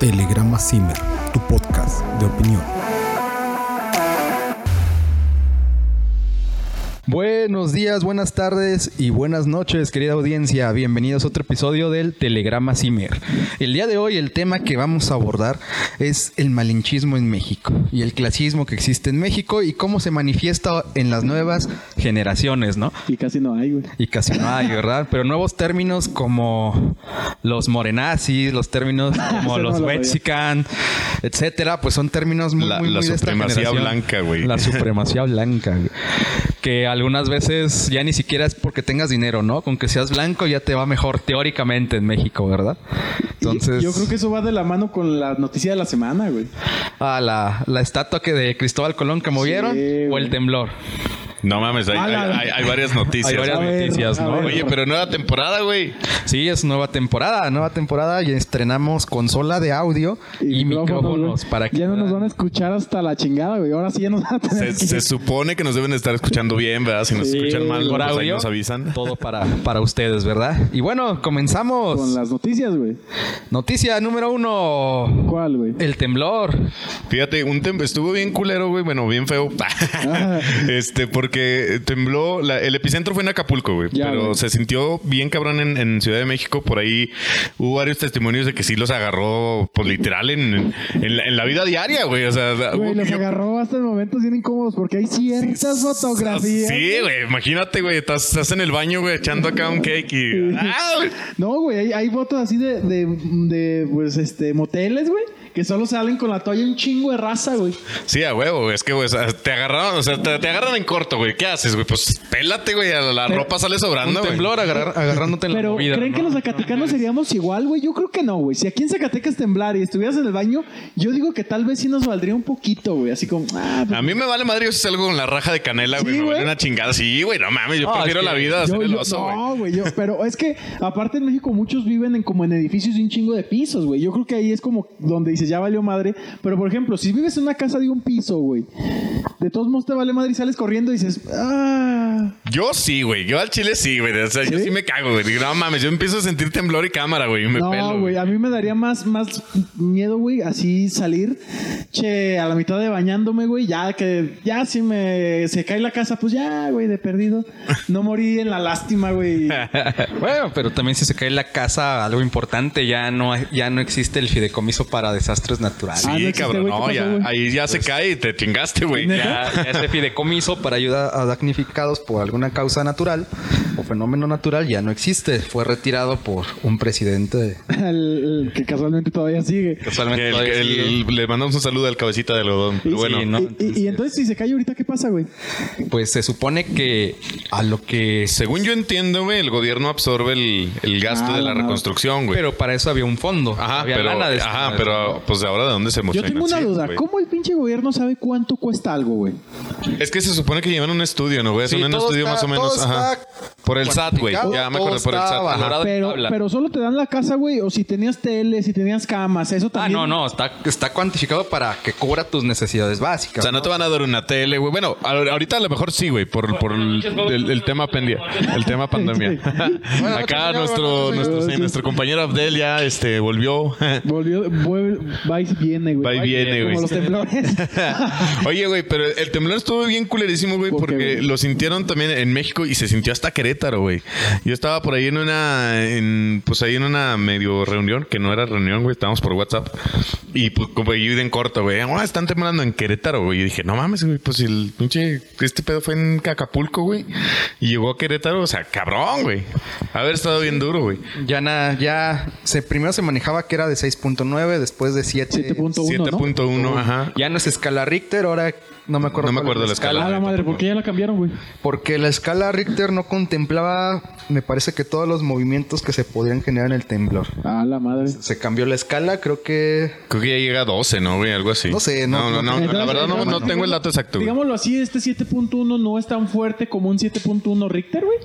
Telegrama Zimmer, tu podcast de opinión. Buenos días, buenas tardes y buenas noches, querida audiencia. Bienvenidos a otro episodio del Telegrama Cimer. El día de hoy el tema que vamos a abordar es el malinchismo en México y el clasismo que existe en México y cómo se manifiesta en las nuevas generaciones, ¿no? Y casi no hay, güey. Y casi no hay, ¿verdad? Pero nuevos términos como los morenazis, los términos como Eso no los lo sabía. mexican, etcétera, pues son términos muy, La- muy, la muy de esta supremacía generación. blanca, güey. La supremacía blanca, güey. Que algunas veces ya ni siquiera es porque tengas dinero, ¿no? Con que seas blanco ya te va mejor teóricamente en México, ¿verdad? Entonces, Yo creo que eso va de la mano con la noticia de la semana, güey. ah, la, la estatua que de Cristóbal Colón que movieron o güey. el temblor. No mames, hay, A la hay- vez. hay- hay varias noticias. Hay varias a ver, noticias, a ¿no? ver. Oye, Oye, pero nueva temporada, güey. Sí, es nueva temporada, nueva temporada y estrenamos consola de audio y, micrófonos, güey. para que Ya no nos puedan- van a escuchar hasta la chingada, güey. Ahora sí ya nos van a Se, tener que... se supone que nos deben estar escuchando bien, ¿verdad? Si nos Sí, escuchan mal, por pues ahí audio, nos avisan. todo para, para ustedes, ¿verdad? Y bueno, comenzamos. Con las noticias, güey. Noticia número uno. ¿Cuál, güey? El temblor. Fíjate, un tem- estuvo bien culero, güey. Bueno, bien feo. este, porque tembló. la- el epicentro fue en Acapulco, güey. Ya, Pero güey. se sintió bien cabrón en, en Ciudad de México. Por ahí hubo varios testimonios de que sí los agarró, pues literal, en, en la, en la vida diaria, güey. O sea, Güey, hubo- los yo- agarró hasta el momento bien incómodos porque hay ciertas fotografías. Sí, güey, imagínate, güey, estás, estás en el baño, güey, echando acá un cake y... ¡Ah, güey! No, güey, hay, hay fotos así de, de, de, pues, este, moteles, güey, que solo salen con la toalla un chingo de raza, güey. Sí, a huevo, güey, es que, güey, o sea, te agarraron, o sea, te, te agarran en corto, güey, ¿qué haces, güey? Pues pélate, güey, a la, la Pero- ropa sale Un sobrando, güey. temblor agarrar- agarrándote en la Pero, movida. ¿creen ¿no? que los zacatecanos seríamos igual, güey? Yo creo que no, güey. Si aquí en Zacatecas temblar y estuvieras en el baño, yo digo que tal vez sí nos valdría un poquito, güey. Así como, ah, pues, A mí me vale madre, yo si salgo con la raja de canela, güey, Sí, me güey. vale una chingada. Sí, güey, no mames, yo Ah, prefiero es que la vida de hacer yo- el yo- oso, güey. no, güey. yo- Pero es que, aparte en México, muchos viven en como en edificios de un chingo de pisos, güey. Yo creo que ahí es como donde dices, ya valió madre. Pero, por ejemplo, si vives en una casa de un piso, güey, de todos modos te vale madre y sales corriendo y dices, ah. Yo sí, güey, yo al chile sí, güey, o sea, yo ¿Sí? sí me cago, güey. Digo, No mames, yo empiezo a sentir temblor y cámara, güey, y me pelo, No, güey, Ah, a mí me daría más, más miedo, güey, así salir, che, a la mitad de bañándome, güey, ya que, ya si me, se cae la casa, pues ya, güey, de perdido. No morí en la lástima, güey. Bueno, pero también si se cae la casa, algo importante, ya no, hay- ya no existe el fideicomiso para desastres naturales. Sí, Ah, no existe, cabrón, güey, ¿qué no, pasó, ya, güey? ahí ya Pues se cae y te chingaste, güey. Ya, ya ese fideicomiso para ayuda a damnificados por alguna causa natural o fenómeno natural ya no existe. Fue retirado por un presidente. El- el que casualmente todavía sigue. Casualmente El- todavía el- sigue. le mandamos un saludo al cabecita de algodón. Pero Sí, bueno, ¿no? Y- y, y entonces, si se cae ahorita, ¿qué pasa, güey? Pues se supone que a lo que se según yo entiendo, güey, el gobierno absorbe el, el gasto Ah, de la la madre. reconstrucción, güey. Pero para eso había un fondo. Ajá, Había pero, lana de- este ajá, pero pues ahora de dónde se Yo tengo una financian, duda. güey? ¿Cómo el pinche gobierno sabe cuánto cuesta algo, güey? Es que se supone que llevan un estudio, ¿no, güey? Sí, Son un todo estudio está- más o menos. todo Ajá. está Por el SAT, güey. cuantificado, Ya me todo acordé por el está SAT. ajá. valorado. Pero, habla. pero solo te dan la casa, güey, o si tenías tele, si tenías camas, eso Ah, también. no, no, está, está cuantificado para que cubra tus necesidades básicas. O sea, no te van a dar una tele, güey. Bueno, a- ahorita a lo mejor sí, güey, por, por el, el- el tema pendiente, el tema pandemia. Acá señor, buenas nuestro, noches, nuestro, sí, señor. nuestro compañero Abdel ya este, volvió. Volvió, vuelve, va y viene, güey. Va y viene, Como güey. los temblores. Oye, güey, pero el temblor estuvo bien culerísimo, güey, ¿Por qué, porque güey? lo sintieron también en México y se sintió hasta Querétaro, güey. Yo estaba por ahí en una, en, pues ahí en una medio reunión, que no era reunión, güey, estábamos por WhatsApp. Y pues como yo iba en corto, güey, ah, están temblando en Querétaro, güey. Y dije, no mames, güey, pues el pinche, este pedo fue en Acapulco, güey. Y llegó a Querétaro, o sea, cabrón, güey. Haber estado bien duro, güey. Ya, na- ya se, primero se manejaba que era de 6.9, después de 7. 7.1, ¿no? 7.1, ajá. Ya no es escala Richter, ahora no me acuerdo. No me cuál es acuerdo la Ah, la madre, ¿por qué ya la cambiaron, güey? Porque la escala Richter no contemplaba, me parece que todos los movimientos que se podrían generar en el temblor. Ah, la madre. Se cambió la escala, creo que Creo que ya llega a 12, ¿no, güey? Algo así. No sé, no- No, no, no- no, la Entonces, verdad no, digamos- no tengo el dato exacto. güey. Digámoslo así, este 7.1 no es tan fuerte como un 7.1 Richter, güey.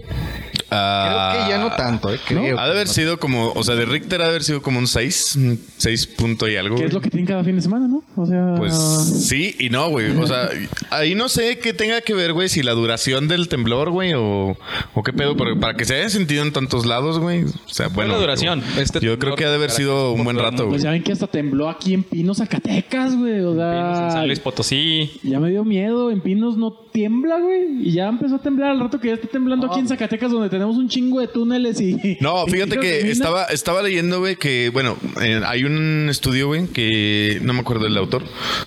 creo Ah, que ya no tanto, eh, creo. Ha de haber sido como, o sea, de Richter ha de haber sido como un 6, 6 punto y algo. Que es Ah. güey. lo que tienen cada fin de semana, ¿no? O sea... Pues sí y no, güey. O sea, sea, ahí no sé qué tenga que ver, güey, si la duración del temblor, güey, o, o qué pedo, pero para que se haya sentido en tantos lados, güey. O sea, bueno. la duración? Yo, Este yo creo temblor que ha de haber para sido un buen todo el mundo. rato, güey. Pues ya ven que hasta tembló aquí en Pinos, Zacatecas, güey. O Pinos en sea, San Luis Potosí. ya me dio miedo. En Pinos no tiembla, güey. Y ya empezó a temblar al rato que ya está temblando aquí en Zacatecas, donde tenemos un chingo de túneles y. No, y fíjate tiros de que mina. estaba, estaba leyendo, güey, que, bueno, eh, hay un estudio, güey, que no me acuerdo del autor,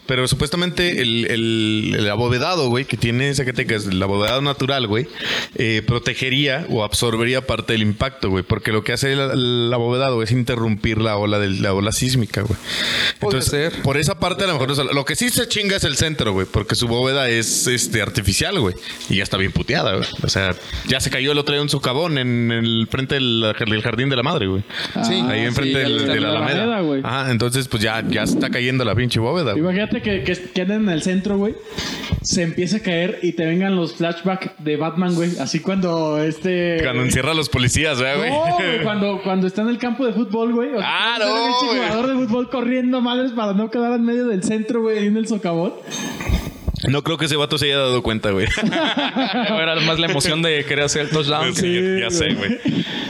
pero supuestamente el, el, el abovedado, güey, que tiene Zacatecas, el abovedado natural, güey, eh, protegería o absorbería parte del impacto, güey, porque lo que hace el, el abovedado güey, es interrumpir la ola, del, la ola sísmica, güey. Puede Entonces, ser. por esa parte a lo mejor no se- Lo que sí se chinga es el centro, güey, porque su bóveda es este artificial, güey. Y ya está bien puteada, güey. O sea, ya se cayó el otro día un socavón en el frente del, del jardín de la madre, güey. Sí. Ahí Ah, enfrente sí, del- ahí está de la la Alameda. Alameda, güey. Ajá, entonces pues ya, ya se está cayendo la pinche bóveda, güey. Imagínate que, que, que anden en el centro, güey. Se empieza a caer y te vengan los flashbacks de Batman, güey. Así cuando este. Cuando encierra a los policías, ¿verdad, güey. No, güey, cuando, cuando está en el campo de fútbol, güey. O sea, Ah, sale no, el pinche güey. jugador de fútbol corriendo madres para no quedar en medio del centro, güey, ahí en el socavón. No creo que ese vato se haya dado cuenta, güey. Era más la emoción de querer hacer el Ah, touchdown. Sí, ya sé, güey.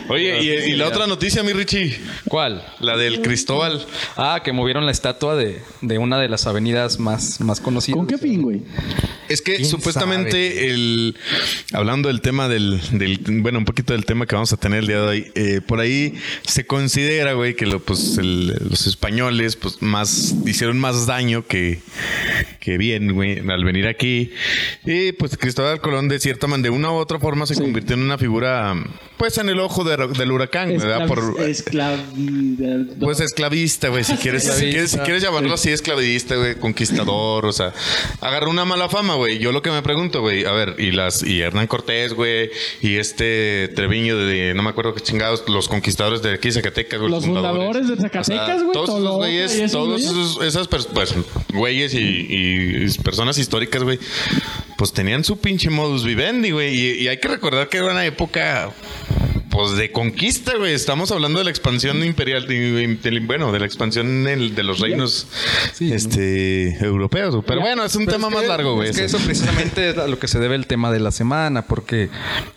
Oye, y, y la otra noticia, mi Richie, ¿Cuál? la del Cristóbal. Ah, que movieron la estatua de, de una de las avenidas más, más conocidas. ¿Con qué fin, güey? Es que ¿Quién supuestamente el hablando del tema del, del- bueno un poquito del tema que vamos a tener el día de hoy eh, por ahí se considera güey que lo, pues, el- los españoles pues más hicieron más daño que que bien güey al venir aquí y pues Cristóbal Colón de cierta manera de una u otra forma se convirtió en una figura pues en el ojo de- del huracán ¿verdad? Por- Esclav- pues esclavista, güey, si quieres, si quieres, si quieres llamarlo así, esclavista, güey, conquistador, o sea, agarró una mala fama, güey. Yo lo que me pregunto, güey, a ver, y las, y Hernán Cortés, güey, y este Treviño de, de- no me acuerdo qué chingados, los conquistadores de aquí de Zacatecas, güey. Los fundadores de Zacatecas, güey, todos esos Tolosa güeyes, y esos todos güeyes. esos- esas pers- pues, güeyes y, y personas históricas, güey, pues tenían su pinche modus vivendi, güey, y, y hay que recordar que era una época pues de conquista, güey. Estamos hablando de la expansión imperial, de- del- bueno, de la expansión del- de los reinos este, europeos. güey. Pero bueno, es un Pero tema es más que- largo, güey. Es que eso. eso precisamente es a lo que se debe el tema de la semana, porque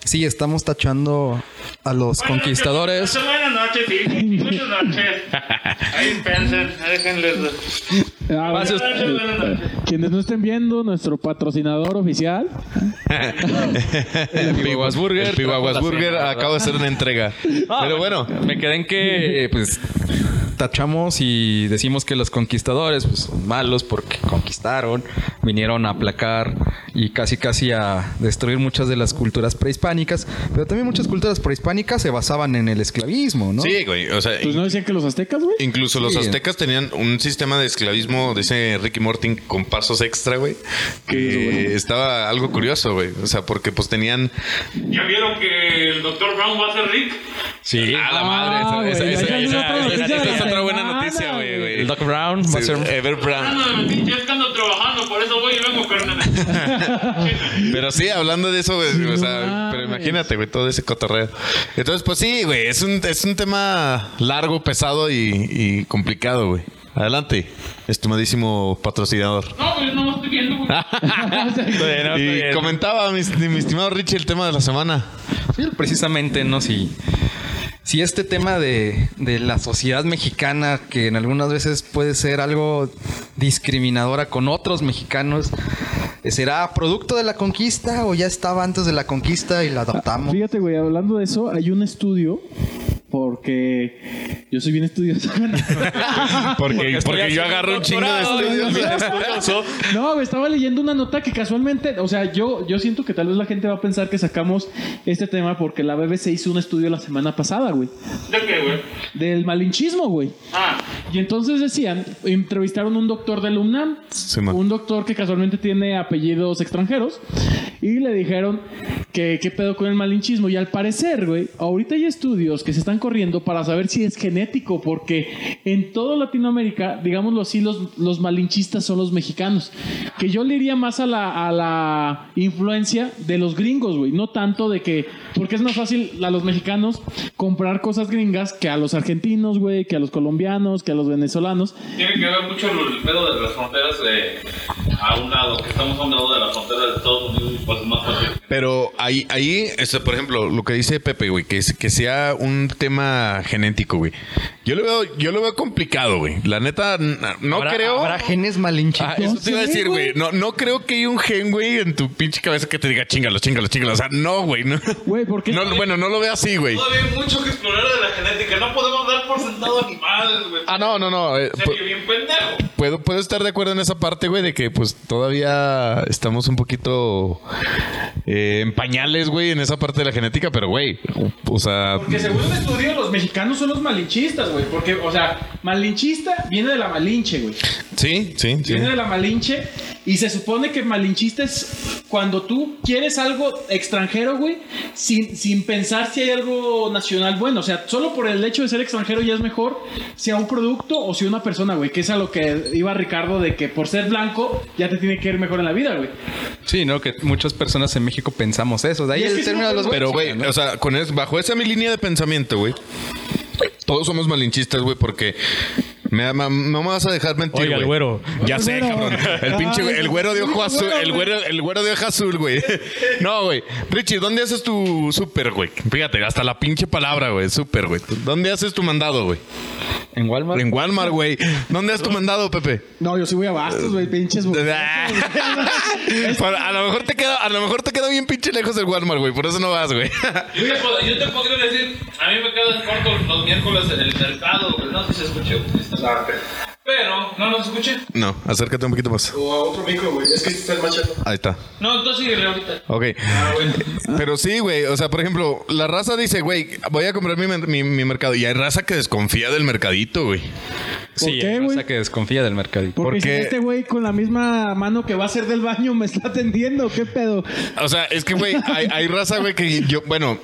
sí, estamos tachando a los conquistadores. Buenas noches, sí. Muchas noches. Ahí dispensen, déjenles. Ah, bueno. Gracias. Quienes no estén viendo, nuestro patrocinador oficial. El Piwas Burger El Piwawas trajo la Burger cena, acaba de hacer una entrega. Ah, Pero bueno. Me quedé en que, eh, pues, tachamos y decimos que los conquistadores, pues, son malos porque conquistaron, vinieron a aplacar y casi casi a destruir muchas de las culturas prehispánicas, pero también muchas culturas prehispánicas se basaban en el esclavismo, ¿no? Sí, güey. O sea, Pues no decían que los aztecas, güey. Incluso los Sí. aztecas tenían un sistema de esclavismo, dice Ricky Morton, con pasos extra, güey. Que estaba algo curioso, güey. O sea, porque pues tenían... ¿Ya vieron que el doctor Brown va a ser Rick? Sí. A la madre, esa- Ah, esa- güey, esa- ya salió esa- otra esa- noticia de esa- esa- la esa- semana. El Doc Brown va a Sí, ser... Ever Ah, Brown. no, me pinche, es que ando trabajando, por eso voy y vengo, carnal. Pero sí, hablando de eso, güey, o no sea, mames. pero imagínate, güey, todo ese cotorreo. Entonces, pues sí, güey, es un, es un tema largo, pesado y, y complicado, güey. Adelante, estimadísimo patrocinador. No, pues no, estoy viendo. güey. Bueno, y bien. comentaba, mi, mi estimado Richie, el tema de la semana. Sí, precisamente, ¿no? Si, si este tema de, de la sociedad mexicana, que en algunas veces puede ser algo discriminadora con otros mexicanos, ¿será producto de la conquista o ya estaba antes de la conquista y la adaptamos? Fíjate, güey, hablando de eso, hay un estudio. Porque yo soy bien estudioso. Porque, Ah, estoy porque haciendo yo agarro un un chingo de doctorado, estudios. No, güey, estaba leyendo una nota que casualmente, o sea, yo, yo siento que tal vez la gente va a pensar que sacamos este tema porque la BBC hizo un estudio la semana pasada, güey, ¿De qué, güey? del malinchismo, güey. Ah, Y entonces decían, entrevistaron un doctor del UNAM, Sí, man. un doctor que casualmente tiene apellidos extranjeros, y le dijeron que qué pedo con el malinchismo. Y al parecer, güey, ahorita hay estudios que se están corriendo para saber si es genético, porque en toda Latinoamérica, digámoslo así, los, los malinchistas son los mexicanos. Que yo le iría más a la, a la influencia de los gringos, güey, no tanto de que, porque es más fácil a los mexicanos comprar cosas gringas que a los argentinos, güey, que a los colombianos, que a los venezolanos. tiene que ver mucho el pedo de las fronteras de, a un lado, que estamos a un lado de la frontera de Estados Unidos y pues es más fácil. Pero ahí, ahí este, por ejemplo, lo que dice Pepe, güey, que, es- que sea un tema genético, güey. Yo lo veo, yo lo veo complicado, güey. La neta, n- no Habrá- creo. Habrá genes malinchitos. Ah, eso te iba a No sé, decir, güey. güey. No, no creo que haya un gen, güey, en tu pinche cabeza que te diga chingalo, chingalo, chingalo. O sea, no, güey. No, Güey, ¿por qué? No, bueno, no lo veo así, güey. Todavía hay mucho que explorar de la genética, no podemos dar por sentado ni madres, güey. Ah, no, no, no. eh, O sea, pu- que bien pendejo. puedo, puedo estar de acuerdo en esa parte, güey, de que pues todavía estamos un poquito eh, en pañales, güey, en esa parte de la genética, pero, güey, o sea... Porque según un estudio, los mexicanos son los malinchistas, güey. Porque, o sea, malinchista viene de la malinche, güey. Sí, sí, sí. Viene de la malinche y se supone que malinchista es cuando tú quieres algo extranjero, güey, sin, sin pensar si hay algo nacional bueno. O sea, solo por el hecho de ser extranjero ya es mejor sea un producto o sea una persona, güey. Que es a lo que iba Ricardo de que por ser blanco ya te tiene que ir mejor en la vida, güey. Sí, ¿no? Que muchas personas en México pensamos eso. De ahí Y es que el es término una de los Pero, güeyes, güey, ¿no? o sea, con es- bajo esa mi línea de pensamiento, güey, todos somos malinchistas, güey, porque... Me, ma- no me vas a dejar mentir, Oiga, el güey. güero. Ya sé, güero. cabrón. El pinche, güey, el güero de ojo Pinche azul, güero, el güero, el güero de ojo azul, güey. No, güey. Richie, ¿dónde haces tu súper, güey? Fíjate, hasta la pinche palabra, güey, súper, güey. ¿Dónde haces tu mandado, güey? en Walmart. En Walmart, güey. ¿Dónde haces tu mandado, Pepe? No, yo sí voy a bastos, güey, pinches. Eh, güey. Por- a lo mejor te queda, a lo mejor te queda bien pinche lejos del Walmart, güey. Por eso no vas, güey. Yo te, pod- yo te podría decir, a mí me quedan cortos los miércoles en el mercado, güey. No sé si se escuche. güey, esta parte. Pero, ¿no nos escuche? No, acércate un poquito más. O a otro micro, güey. Es que este está el machete. Ahí está. No, entonces síguele ahorita. Ok. Pero sí, güey. O sea, por ejemplo, la raza dice, güey, voy a comprar mi, men- mi- mi mercado. Y hay raza que desconfía del mercadito, güey. ¿Por sí, qué, hay raza güey? que desconfía del mercadito. Porque si porque- este güey con la misma mano que va a ser del baño me está atendiendo, qué pedo. O sea, es que, güey, hay, hay raza, güey, que yo, bueno,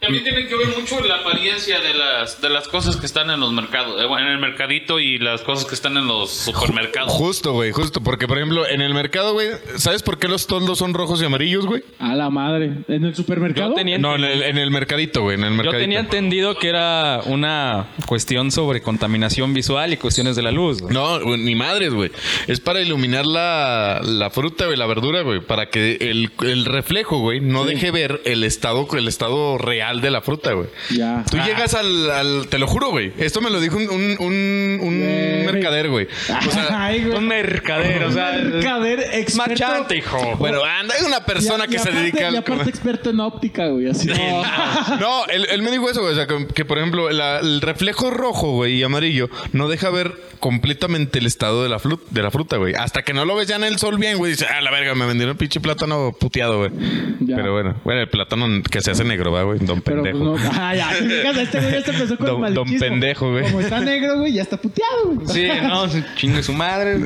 También tiene que ver mucho la apariencia de las, de las cosas que están en los mercados, eh, bueno, en el mercadito y las cosas que están en los supermercados. justo, güey, justo, porque, por ejemplo, en el mercado, güey, ¿sabes por qué los toldos son rojos y amarillos, güey? A la madre. ¿En el supermercado? Yo tenía, No, en el, en el mercadito, güey, en el yo mercadito. tenía entendido que era una cuestión sobre contaminación visual y cuestiones de la luz. güey. No, güey, ni madres, güey. Es para iluminar la, la fruta, güey, la verdura, güey. Para que el, el reflejo, güey, no deje ver el estado, el estado real de la fruta, güey. Ya. Tú llegas al, al- Te lo juro, güey. Esto me lo dijo un, un, un- un Güey. mercader, güey. O sea, Ay, güey. Un mercader, o Un sea, mercader experto. machante, hijo. bueno, anda, hay una persona Y- que y se aparte- dedica al. Y aparte experto en óptica, güey. Así. No, él, él me dijo eso, güey. O sea, que, que, por ejemplo, la- el reflejo rojo, güey, y amarillo, no deja ver completamente el estado de la, flu- de la fruta, güey. Hasta que no lo ves ya en el sol bien, güey. Dices, ah, la verga, me vendieron pinche plátano puteado, güey. Ya. Pero bueno, bueno, el plátano que se hace negro, va, güey. Don Pero pues pendejo. no. Ah, ya. te fijas, Este güey ya se empezó con Don- el malinchismo. don pendejo, güey. Como está negro, güey, ya está puteado, güey. Sí, no, sí, chingue su madre.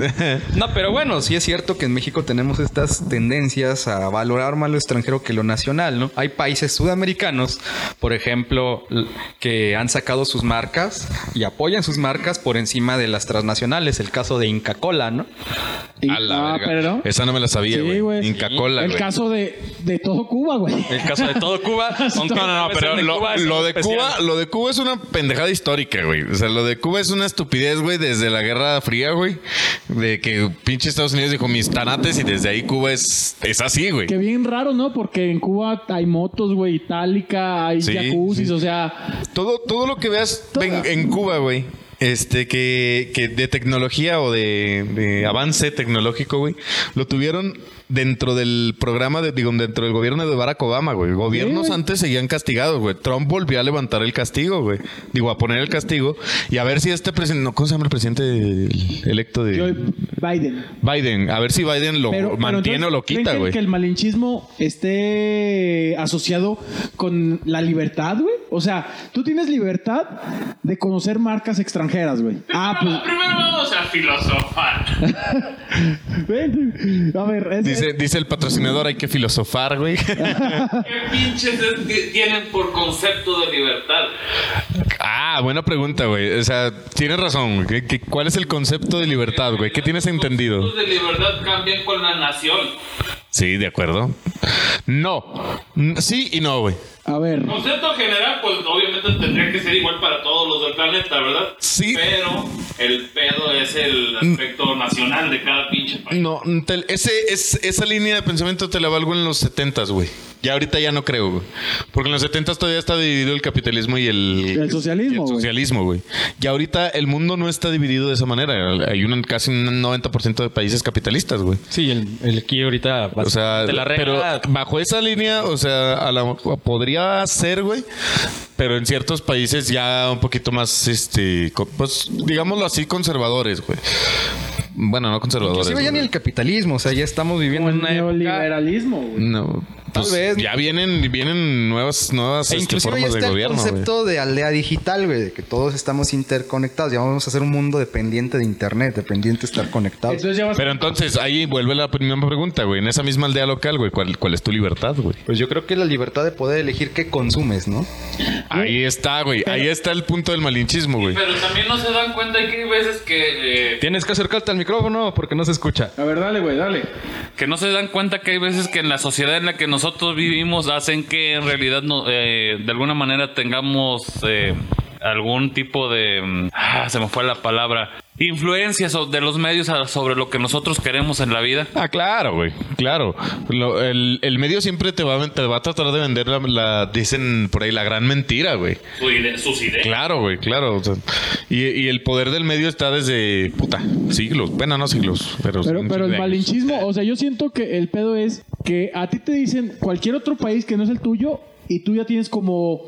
No, pero bueno, sí es cierto que en México tenemos estas tendencias a valorar más lo extranjero que lo nacional, ¿no? Hay países sudamericanos, por ejemplo, l- que han sacado sus marcas y apoyan sus marcas por encima de las transnacionales. El caso de Inca Cola, ¿no? Y- A la ah, verga. pero no. Esa no me la sabía, Sí, güey. güey. Inca Cola, El güey. caso de, de todo Cuba, güey. El caso de todo Cuba. aunque No, no, no, vez pero el de lo, Cuba es lo de especial. Cuba, lo de Cuba es una pendejada histórica, güey. O sea, lo de Cuba es una estupidez, güey, desde la Guerra Fría, güey. De que pinche Estados Unidos dijo mis tanates y desde ahí Cuba es, es así, güey. Que bien raro, ¿no? Porque en Cuba hay motos, güey, itálica, hay Sí, jacuzzis, sí. o sea, Todo, todo lo que veas Todo. en, en Cuba, güey. Este, que, que de tecnología o de, de avance tecnológico, güey, lo tuvieron dentro del programa, de, digo, dentro del gobierno de Barack Obama, güey. Gobiernos Sí, güey. antes seguían castigados, güey. Trump volvió a levantar el castigo, güey. Digo, a poner el castigo y a ver si este presidente, no, ¿cómo se llama el presidente electo de Joe Biden. Biden? A ver si Biden lo Pero- pero mantiene entonces, o lo ¿creen quita, que- güey. Que el malinchismo esté asociado con la libertad, güey. O sea, tú tienes libertad de conocer marcas extranjeras, güey. Ah, Vamos, pues, pues, Primero vamos a filosofar. pues. ven, A ver, es- Dice, dice el patrocinador, hay que filosofar, güey. ¿Qué pinches es que tienen por concepto de libertad? Ah, buena pregunta, güey. O sea, tienes razón. güey. ¿Qué- qué- cuál es el concepto de libertad, güey? ¿Qué tienes entendido? Los de libertad cambian con la nación. Sí, de acuerdo. No. Mm, Sí y no, güey. A ver, Concepto general, pues obviamente tendría que ser igual para todos los del planeta, ¿verdad? Sí. Mm. Pero el pedo es el aspecto nacional de cada pinche país. No, te- ese, es, esa línea de pensamiento te la valgo en los 70s, güey. Ya ahorita ya no creo, güey. Porque en los 70s todavía está dividido el capitalismo y el... El socialismo, y el güey. socialismo, güey. Y ahorita el mundo no está dividido de esa manera. Hay un, casi un 90% de países capitalistas, güey. Sí, el, el aquí ahorita. O sea, te la pero regla. bajo esa línea, o sea, a la- podría ser, güey, pero en ciertos países ya un poquito más, este, co- pues, digámoslo así, conservadores, güey. Bueno, no conservadores. Inclusive ya ni güey. el capitalismo, o sea, ya estamos viviendo como en el una época... neoliberalismo, güey. No, pues, vez. ya vienen, vienen nuevas, nuevas E este, inclusive ya formas de está gobierno. el güey. concepto de aldea digital, güey, de que todos estamos interconectados. Ya vamos a hacer un mundo dependiente de internet, dependiente de estar conectados. Entonces ya vas Pero entonces ahí vuelve la primera pregunta, güey. En esa misma aldea local, güey, ¿cuál, cuál es tu libertad, güey? Pues yo creo que la libertad de poder elegir qué consumes, ¿no? Ahí está, güey. Ahí está el punto del malinchismo, güey. Pero también no se dan cuenta que hay veces que... eh, Tienes que acercarte al micrófono porque no se escucha. A ver, dale, güey, dale. que no se dan cuenta que hay veces que en la sociedad en la que nosotros vivimos hacen que en realidad no, eh, de alguna manera tengamos eh, algún tipo de... mm, ah, se me fue la palabra. Influencias o- de los medios a- sobre lo que nosotros queremos en la vida. Ah, claro, güey, claro. Lo- el, el medio siempre te va, a ven- te va a tratar de vender la, la- dicen por ahí, la gran mentira, güey. Sus ideas. Claro, güey, claro. o sea, y, y el poder del medio está desde, puta, siglos. Bueno, no siglos, pero... Pero, pues, pero un siglo de el años. malinchismo, o sea, yo siento que el pedo es que a ti te dicen cualquier otro país que no es el tuyo y tú ya tienes como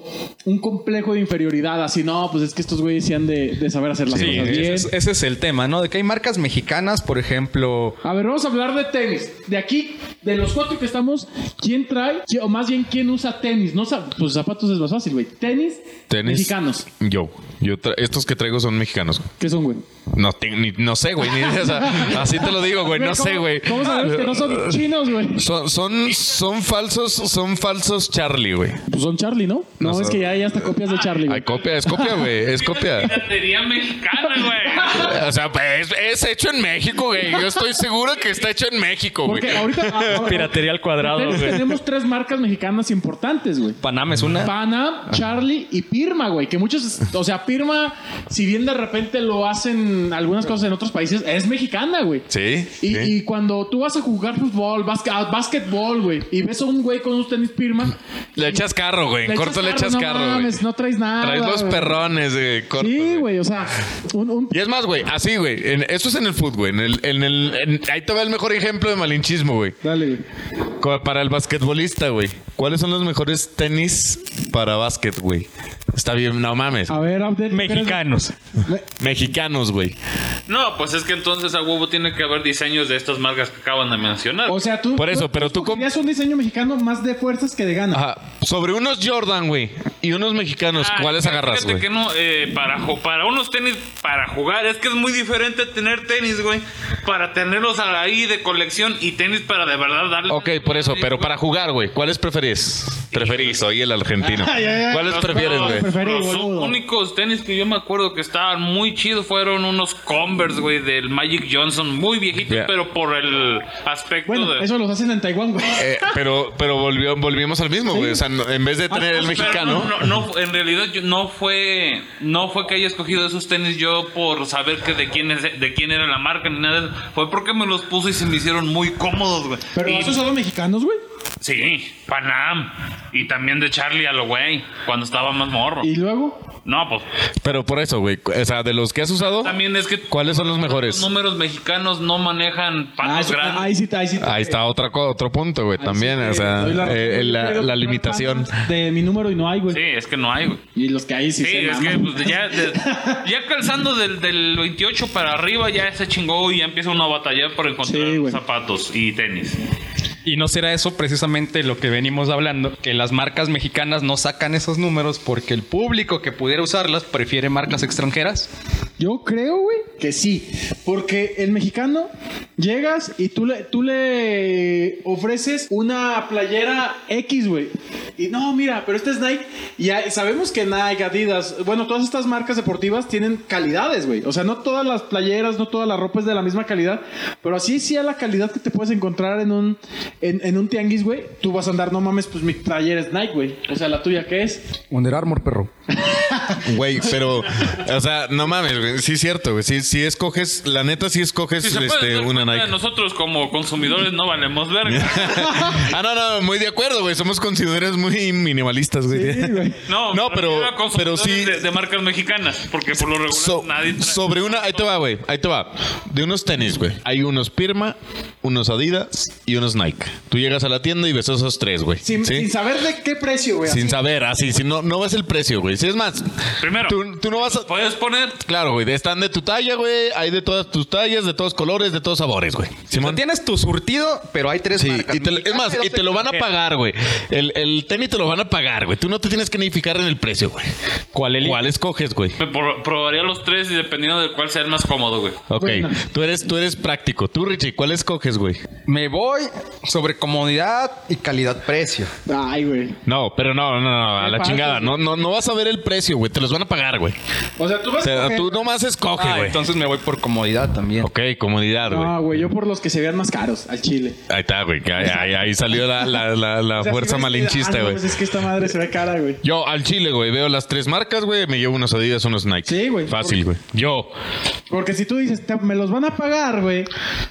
un complejo de inferioridad, así, no, pues es que estos güeyes sí han de, de saber hacer las Sí, cosas ese bien. es, ese es el tema, ¿no? De De que hay marcas mexicanas, por ejemplo, A ver, vamos a hablar de tenis. De aquí, de los cuatro que estamos, ¿quién trae? qui- O más bien, ¿quién usa tenis? No, sa- pues zapatos es más fácil, güey. Tenis, Tenis. mexicanos. Yo, yo tra- estos que traigo son mexicanos. ¿Qué son, güey? No, te- ni- no sé, güey. ni- o sea, así te lo digo, güey. No Güey, sé, ¿cómo- güey. Pues ¿Cómo sabemos que no son chinos, güey? Son, son, son falsos, son falsos Charlie, güey. Pues son Charlie, ¿no? No, es que ya hay hasta copias de Charlie, Ay, güey. copia, es copia, güey. Es copia. Piratería mexicana, güey. O sea, pues, es, es hecho en México, güey. Yo estoy seguro que está hecho en México, güey. Porque oh, ahorita... a- a- piratería al cuadrado, Tenis güey. tenemos tres marcas mexicanas importantes, güey. Panam es una. Panam, Charlie y Pirma, güey. Que muchos, o sea, Pirma, si bien de repente lo hacen algunas cosas en otros países, es mexicana, güey. Sí. Y, sí. y cuando tú vas a jugar fútbol, basque- a básquetbol, güey, y ves a un güey con unos tenis Pirma, Le echas carro, güey. En corto le echas carro, no, güey. mames, no traes nada. Traes los güey. perrones, güey. corto, Sí, güey. güey, o sea, un, un- Y es más, güey, así, güey. en- Esto es en el fútbol, güey. En el, en el, en- ahí te va el mejor ejemplo de malinchismo, güey. Dale, güey. Co- Para el basquetbolista, güey. ¿Cuáles son los mejores tenis para básquet, güey? Está bien, no mames. A ver, Abdel. Mexicanos. Mexicanos, güey. No, pues es que entonces a huevo tiene que haber diseños de estas marcas que acaban de mencionar. O sea, tú. Por eso, pero tú com- Tenías un diseño mexicano más de fuerzas que de ganas. Ajá. Sobre unos Jordan, güey. Y unos mexicanos. Ah, pues, ¿Cuáles fíjate agarras, güey? que no, eh, para, ju- para unos tenis para jugar, es que es muy diferente tener tenis, güey, para tenerlos ahí de colección y tenis para de verdad darle. Ok, por eso, pero para jugar, güey, ¿cuáles preferís? Preferís, soy el argentino. Ay, ay, ay. ¿Cuáles Los- prefieres, los- güey? Preferí, Los boludo. únicos tenis que yo me acuerdo que estaban muy chidos fueron unos Converse, güey, del Magic Johnson, muy viejitos, Yeah. pero por el aspecto Bueno, de. eso los hacen en Taiwán, güey. Eh, pero pero volvió, volvimos al mismo, güey. O sea, no- en vez de tener el Pero mexicano. No, no, no, en realidad yo- no fue no fue que haya escogido esos tenis yo por saber que de quién es, de quién era la marca ni nada. de eso. Fue porque me los puso y se me hicieron muy cómodos, güey. Pero Y- esos son los mexicanos, güey. sí, Panam y también de Charlie a lo güey cuando estaba más morro. Y luego, No, pues Pero por eso, güey. O sea, de los que has usado, también es que ¿cuáles son los mejores? los números mexicanos no manejan Pues- ah, patos eso- grandes. ahí sí, ahí sí. Ahí está otra co- otro punto, güey. Ah, También, o sea, Doy razón, eh, güey. la, Yo quiero la comprar limitación. panas De mi número y no hay, güey. Sí, es que no hay, güey. Y los que hay sí, Sí, se es que maman. pues, ya, de- ya calzando del, del 28 para arriba ya se chingó y ya empieza uno a batallar por encontrar Sí, güey. zapatos y tenis. Y no será eso precisamente lo que venimos hablando, que las marcas mexicanas no sacan esos números porque el público que pudiera usarlas prefiere marcas extranjeras. Yo creo, güey, que sí. Porque el mexicano llegas y tú le, tú le ofreces una playera X, güey. Y no, mira, pero este es Nike. Y ahí- sabemos que Nike, Adidas, bueno, todas estas marcas deportivas tienen calidades, güey. O sea, no todas las playeras, no toda la ropa es de la misma calidad. Pero así sí a la calidad que te puedes encontrar en un en, en un tianguis, güey, tú vas a andar, no mames, pues mi playera es Nike, güey. O sea, la tuya, ¿qué es? Under Armour, perro. Güey, pero, o sea, no mames, güey. Sí, es cierto, güey. Sí, sí escoges, la neta, sí escoges Si se puede este, dar una cuenta, Nike. Nosotros como consumidores no valemos verga. ah, no, no, muy de acuerdo, güey. Somos considerados muy minimalistas, güey. Sí, güey. No, No, me pero- refiero a pero consumidores sí- De, de marcas mexicanas, porque por lo regular So- nadie trae- sobre una, ahí te va, güey. Ahí te va. De unos tenis, güey. Hay unos Pirma, unos Adidas y unos Nike. Tú llegas a la tienda y ves esos tres, güey. Sin, ¿Sí? sin saber de qué precio, güey. Sin saber, así, si no, no ves el precio, güey. Si es más, Primero. tú, tú no vas a. Puedes poner Claro, güey, están de tu talla, güey. Hay de todas tus tallas, de todos colores, de todos sabores, güey. Simón. Tienes tu surtido, pero hay tres Sí, marcas. Ah, y te, es más, y te lo van a pagar, güey. El, el tenis te lo van a pagar, güey. Tú no te tienes que ni fijar en el precio, güey. ¿Cuál, ¿Cuál escoges, güey? Me por- probaría los tres y dependiendo de cuál sea el más cómodo, güey. Ok, tú, eres, tú eres práctico. Tú, Richie, ¿cuál escoges, güey? Me voy sobre comodidad y calidad-precio. Ay, güey. No, pero no, no, no, a ¿Qué la pasa, chingada. No, güey? no, no vas a ver el precio, güey. Te los van a pagar, güey. O sea, tú O vas a sea, coger- tú nomás escoges, Ah, güey. entonces me voy por comodidad también. Ok, comodidad, güey. No, güey, yo por los que se vean más caros al chile. Ahí está, güey. que Ahí, ahí- ahí salió la, la- la- la O sea, fuerza si ves que- malinchista, ah, no, güey. pues es que esta madre se ve cara, güey. Yo al Chile, güey, veo las tres marcas, güey, me llevo unos Adidas, unos Nike. Sí, güey. Fácil, güey. Yo. Porque si tú dices, "Te- me los van a pagar, güey,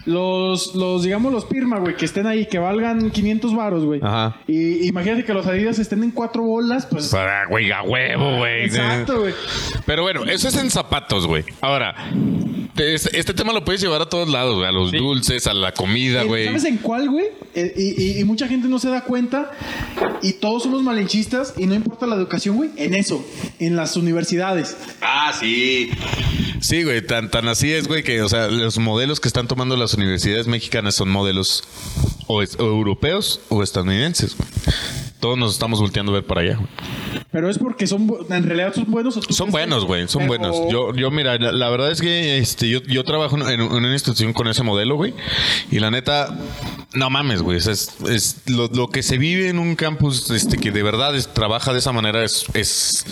los, los, digamos, los Pirma, güey, que estén ahí, que valgan 500 varos, güey. Ajá. Y imagínate que los Adidas estén en cuatro bolas, pues. Ah, güey, a huevo, güey. Exacto, güey. Pero bueno, eso es en zapatos, güey. Ahora, te- es- este tema lo puedes llevar a todos lados, güey. A los dulces, a la comida, Eh, güey. ¿Sabes en cuál, güey? Eh, y, y- y mucha gente no se da cuenta. Y todos somos malinchistas. Y no importa la educación, güey. En eso. En las universidades. Ah, sí. Sí, güey, tan, tan así es, güey, que, o sea, los modelos que están tomando las universidades mexicanas son modelos o, es- o europeos o estadounidenses, güey. Todos nos estamos volteando a ver para allá, güey. Pero es porque son. bu- En realidad son buenos. o tú Son crees que- buenos, güey, Pero- son buenos. Yo, yo mira, la, la verdad es que este, yo, yo trabajo en, en una institución con ese modelo, güey. Y la neta, no mames, güey. o sea, Es, es lo, lo que se vive en un campus este, que de verdad es- trabaja de esa manera es, es,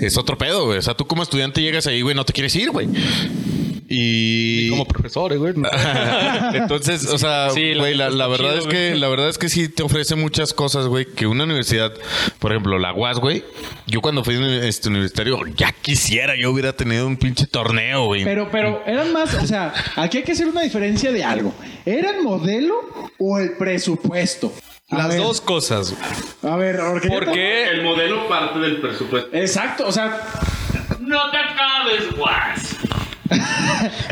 es otro pedo, güey. O sea, tú como estudiante llegas ahí, güey, no te quieres ir, güey. Y... Como profesores, güey. Entonces, o sea, Sí, la güey, la, neta la está verdad chido, es que güey. la verdad es que sí te ofrece muchas cosas, güey, que una universidad, por ejemplo, la UAS, güey, yo cuando fui uni- este universitario ya quisiera yo hubiera tenido un pinche torneo, güey. Pero, pero eran más, o sea, aquí hay que hacer una diferencia de algo. ¿Era el modelo o el presupuesto? A Las ver, dos cosas, güey. A ver, porque. ¿Por qué? el modelo parte del presupuesto. Exacto, o sea, No te acabes, guas.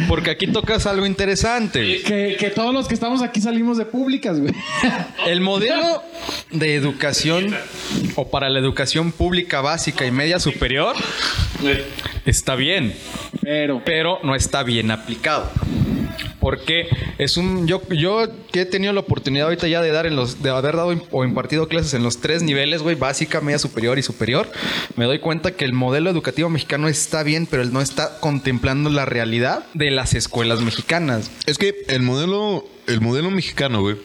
Porque aquí tocas algo interesante. güey. que, que todos los que estamos aquí salimos de públicas, güey. El modelo de educación o para la educación pública básica y media superior está bien, Pero. pero no está bien aplicado. Porque es un yo yo que he tenido la oportunidad ahorita ya de dar en los de haber dado o impartido clases en los tres niveles, güey, básica, media superior y superior, me doy cuenta que el modelo educativo mexicano está bien, pero él no está contemplando la realidad de las escuelas mexicanas. es que el modelo el modelo mexicano, güey,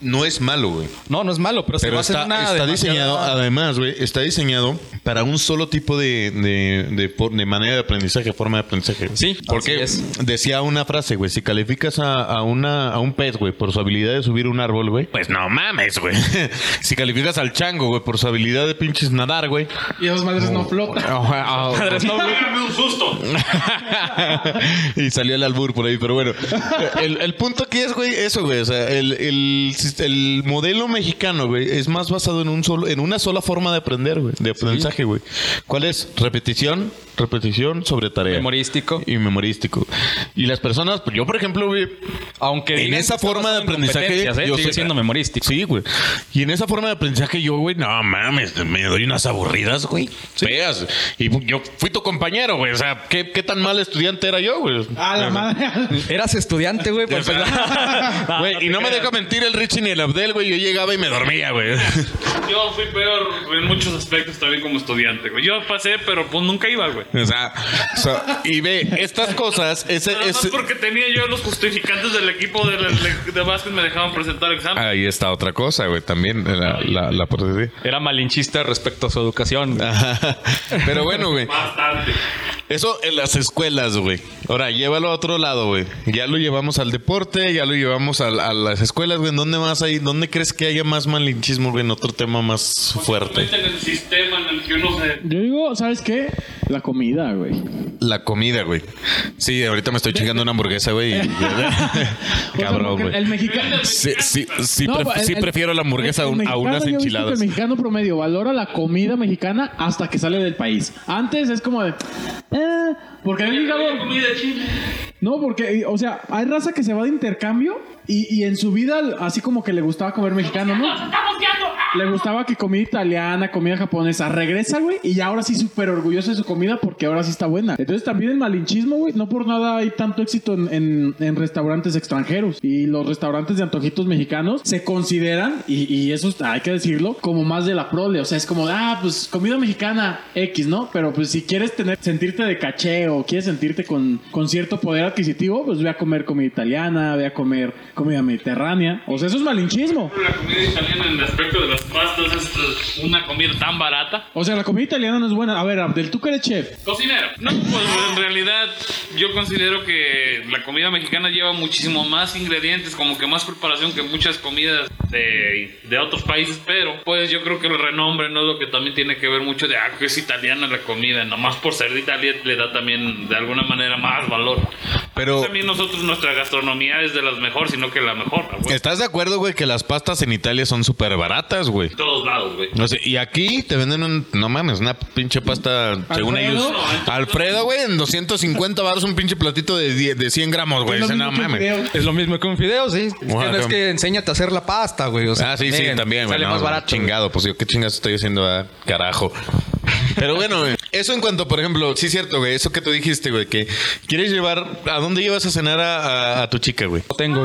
no es malo, güey. No, no es malo, pero, se Pero basa en está, una está demasiada- diseñado, además, güey, está diseñado para un solo tipo de, de, de por- de manera de aprendizaje, forma de aprendizaje. Sí, porque así decía una frase, güey, si calificas a, a una, a un pez, güey, por su habilidad de subir un árbol, güey, pues no mames, güey. si calificas al chango, güey, por su habilidad de pinches nadar, güey. Y esas madres no flotan. Ajá, ajá. Hágame un susto. y salió el albur por ahí, pero bueno. El, el punto aquí es, güey, eso, güey. O sea, el, el sist- el modelo mexicano, güey, es más basado en un solo, en una sola forma de aprender, güey. De aprendizaje, güey. ¿Cuál es? Repetición, repetición sobre tarea. Memorístico. Y memorístico. Y las personas, pues yo, por ejemplo, güey, Aunque En digan esa que está forma de basado en aprendizaje, competencias, ¿eh? yo sigue sé- siendo memorístico. Sí, güey. Y en esa forma de aprendizaje yo, güey, no mames, me doy unas aburridas, güey. Feas. Y yo fui tu compañero, güey. O sea, ¿qué, qué tan mal estudiante era yo, güey? A la madre. Eras estudiante, güey, pues, para O sea, güey, y no me deja mentir el Richie ni el Abdel, güey. Yo llegaba y me dormía, güey. Yo fui peor en muchos aspectos también como estudiante, güey. Yo pasé, pero pues nunca iba, güey. O sea, o sea, y ve, estas cosas, ese, Nada más ese- porque tenía yo los justificantes del equipo de, la- de, básquet me dejaban presentar examen. Ahí está otra cosa, güey, también la, la, la Ah. Era malinchista respecto a su educación. güey. Pero bueno, güey. Bastante. Eso en las escuelas, güey. Ahora, llévalo a otro lado, güey. Ya lo llevamos al deporte, ya lo llevamos al- a, las escuelas, güey. ¿Dónde más hay? ¿Dónde crees que haya más malinchismo, güey? En otro tema más fuerte. en el sistema en el que uno se... Yo digo, ¿sabes qué? La comida, güey. La comida, güey. Sí, ahorita me estoy chingando una hamburguesa, güey. y- O sea, Cabrón, porque güey. Pues, El mexicano. Sí, sí, sí, No, pues, pref- el- sí el- prefiero la hamburguesa a, el- el un- a mexicano, unas yo he visto que enchiladas. El mexicano promedio valora la comida mexicana hasta que sale del país. Antes es como de. Eh, porque el hígado- No, porque, o sea, hay raza que se va de intercambio y, y en su vida, así como que le gustaba comer mexicano, ¿no? Le gustaba que comida italiana, comida japonesa. Regresa, güey, y ya ahora sí súper orgulloso de su comida porque ahora sí está buena. Entonces también el malinchismo, güey, no por nada hay tanto éxito en, en- en restaurantes extranjeros. Y los restaurantes de antojitos mexicanos se consideran, y, y eso está- hay que decirlo, como más de la prole. O sea, es como, de, ah, pues comida mexicana X, ¿no? Pero pues si quieres tener, sentirte de caché o quieres sentirte con, con cierto poder adquisitivo, pues ve a comer comida italiana, ve a comer comida mediterránea. O sea, eso es malinchismo. La comida italiana en el aspecto de las pastas es una comida tan barata. O sea, la comida italiana no es buena. A ver, Abdel, tú que eres chef. Cocinero. No, pues en realidad yo considero que la comida mexicana lleva muchísimo más ingredientes, como que más preparación que muchas comidas de, de otros países, pero pues yo creo que el renombre no es lo que también tiene que ver mucho de, ah, que es italiana la comida, nomás por ser de Italia le da también de alguna manera más valor. Pero, También nosotros nuestra gastronomía es de las mejores, sino que la mejor, a huevo. ¿estás de acuerdo, güey, que las pastas en Italia son súper baratas, güey? En todos lados, güey. No sé, y aquí te venden un, no mames, una pinche pasta, según ¿Alfredo? ellos. Alfredo, güey, en 250 baros un pinche platito de, 10 de 100 gramos, güey. Es lo Dice, No mismo que un mames. video. Es lo mismo que un fideo, sí. Es que Ojalá. no es que enséñate a hacer la pasta, güey. O sea, Ah, sí, sí, miren, también, güey. Sale no, más güey, barato. Chingado, pues yo qué chingados estoy haciendo, ah, carajo. Pero bueno, güey, eso en cuanto, por ejemplo, sí es cierto, güey, eso que tú dijiste, güey, que quieres llevar, ¿a dónde llevas a cenar a, a- a tu chica, güey? No tengo.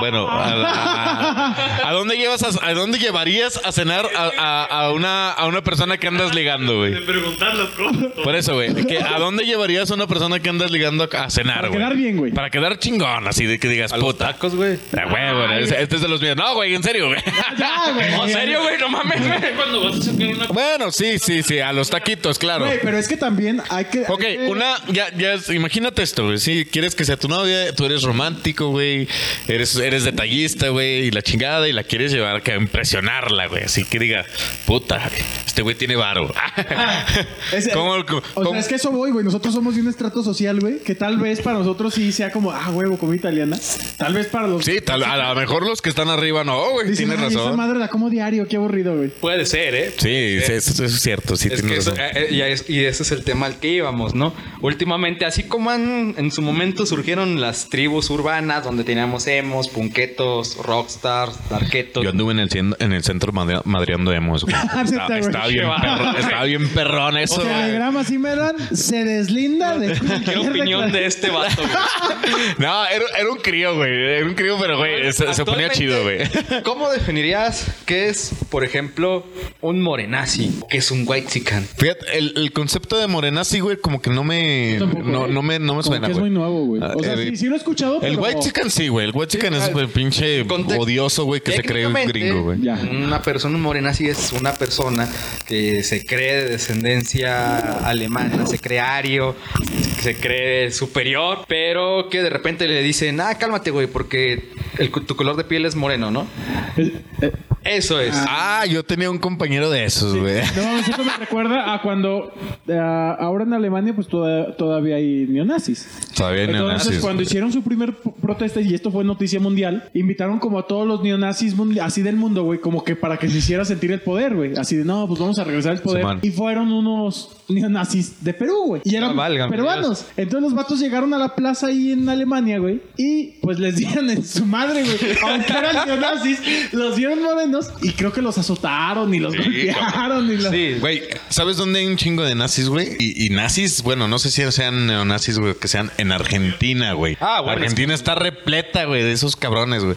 Bueno, a, la- a- ¿a dónde llevas a, a dónde llevarías a cenar a, a- a una, a una persona que andas ligando, güey? preguntar las cosas. Por eso, güey. que ¿A dónde llevarías a una persona que andas ligando a- a cenar, Para güey? quedar bien, güey. Para quedar chingón, así de que digas, puta. Tacos, güey. Ah, güey, bueno, este, este es de los míos. No, güey, en serio, güey. Ya, ¿En güey. serio, güey? No mames, güey. Cuando vas a sacar una bueno, sí, sí, sí, a los taquitos, claro. Güey, pero es que también hay que. Ok, hay que- una, ya, ya, es- imagínate esto, güey. Si quieres que sea tu novia, tú eres romántico, güey. Eres, eres detallista, güey. Y la chingada, y la quieres llevar que a impresionarla, güey. Así que diga, puta, este güey tiene varo. Ah. Es- ¿Cómo- cómo- o sea, es que eso voy, güey. Nosotros somos de un estrato social, güey, que tal vez para nosotros sí sea como, ah, huevo, comida italiana. Tal vez para los. Sí, tal, a lo mejor los que están arriba no, güey. Dicen, Tienes "Ay, Esa razón. madre la como diario, qué aburrido, güey. Puede ser, ¿eh? Sí, sí, eso, eso es cierto, sí, Es tienes que eso- razón. eh, eh, ya es- y ese es el tema al que íbamos, ¿no? Últimamente, así como han, en su momento surgieron las tribus urbanas donde teníamos emos, punquetos, rockstars, darketos. Yo anduve en el, cien- en el centro madre- madreando emos, güey. Ah, Estaba, estaba bien perro- estaba bien perrón eso. Telegrama sí me dan, se deslinda de. ¿Qué opinión de este vato, güey? No, era, era un crío, güey. Era un crío, pero, güey, se, se ponía Actualmente, chido, güey. ¿Cómo definirías qué es, por ejemplo, un morenazi? ¿Qué es un white chican? Fíjate, el, el concepto de morenazi, güey, como que no me... tampoco, no, güey. no me, no me Como suena, que es güey. muy nuevo, güey. Ah, O sea, eh, sí, sí lo he escuchado, El pero- white chicken sí, güey. El white chicken es el pinche Contexto. odioso, güey, que se cree un Técnicamente, gringo, güey. Ya. Una persona, un morenazi es una persona que se cree de descendencia alemana, se cree ario, se cree superior, pero que de repente le dicen, ah, cálmate, güey, porque el cu- tu color de piel es moreno, ¿no? Es- eh, Eso es. Ah, yo tenía un compañero de esos, güey. No mames, eso me recuerda a cuando eh, ahora en Alemania pues toda- todavía hay neonazis. Todavía hay Entonces neonazis. cuando hicieron su primer p- protesta y esto fue noticia mundial, invitaron como a todos los neonazis mundi- así del mundo, güey, como que para que se hiciera sentir el poder, güey, así de no, pues vamos a regresar el poder. Simón. Y fueron unos neonazis de Perú, güey, y eran Ah, válgame peruanos. Dios. Entonces los vatos llegaron a la plaza ahí en Alemania, güey, y pues les dieron en su madre, güey, aunque eran neonazis, los dieron morenos y creo que los azotaron y los golpearon y los... Güey, ¿sabes dónde hay un chingo de nazis, güey? Y, y nazis, bueno, no sé si sean neonazis, güey, que sean en Argentina, güey. Ah, bueno, Argentina está repleta, güey, de esos cabrones, güey.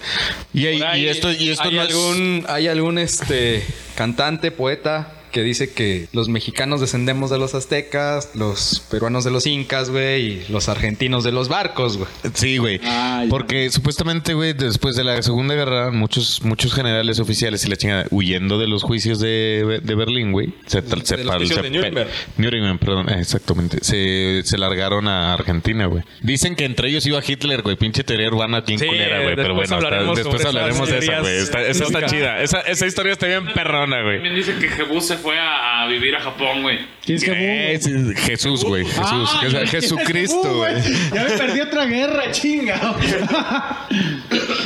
Y, hay- Por ahí y esto, y esto ¿Hay no es- algún, hay algún este cantante, poeta que dice que los mexicanos descendemos de los aztecas, los peruanos de los incas, güey, y los argentinos de los barcos, güey. Sí, güey. Ah, ya. Porque supuestamente, güey, después de la Segunda Guerra, muchos, muchos generales oficiales y la chingada, huyendo de los juicios de, de Berlín, güey, se, tra- se, de los par- juicios se de pe- Nuremberg. Nuremberg, perdón, eh, exactamente. Se, se largaron a Argentina, güey. Dicen que entre ellos iba Hitler, güey. Pinche teoría urbana bien Sí, culera, güey. Pero después bueno, está- hablaremos después sobre hablaremos esas de esa, güey. teorías Está- Esa está locas. chida. Esa, esa historia está bien perrona, güey. También dice que Jebus se fue a, a vivir a Japón, güey. ¿Quién es Eh, Jebú? sí, Jesús, güey. Jesús. Ah, Que- ¿quién es Jebú, Jesucristo, güey. Ya me perdí otra guerra, chinga.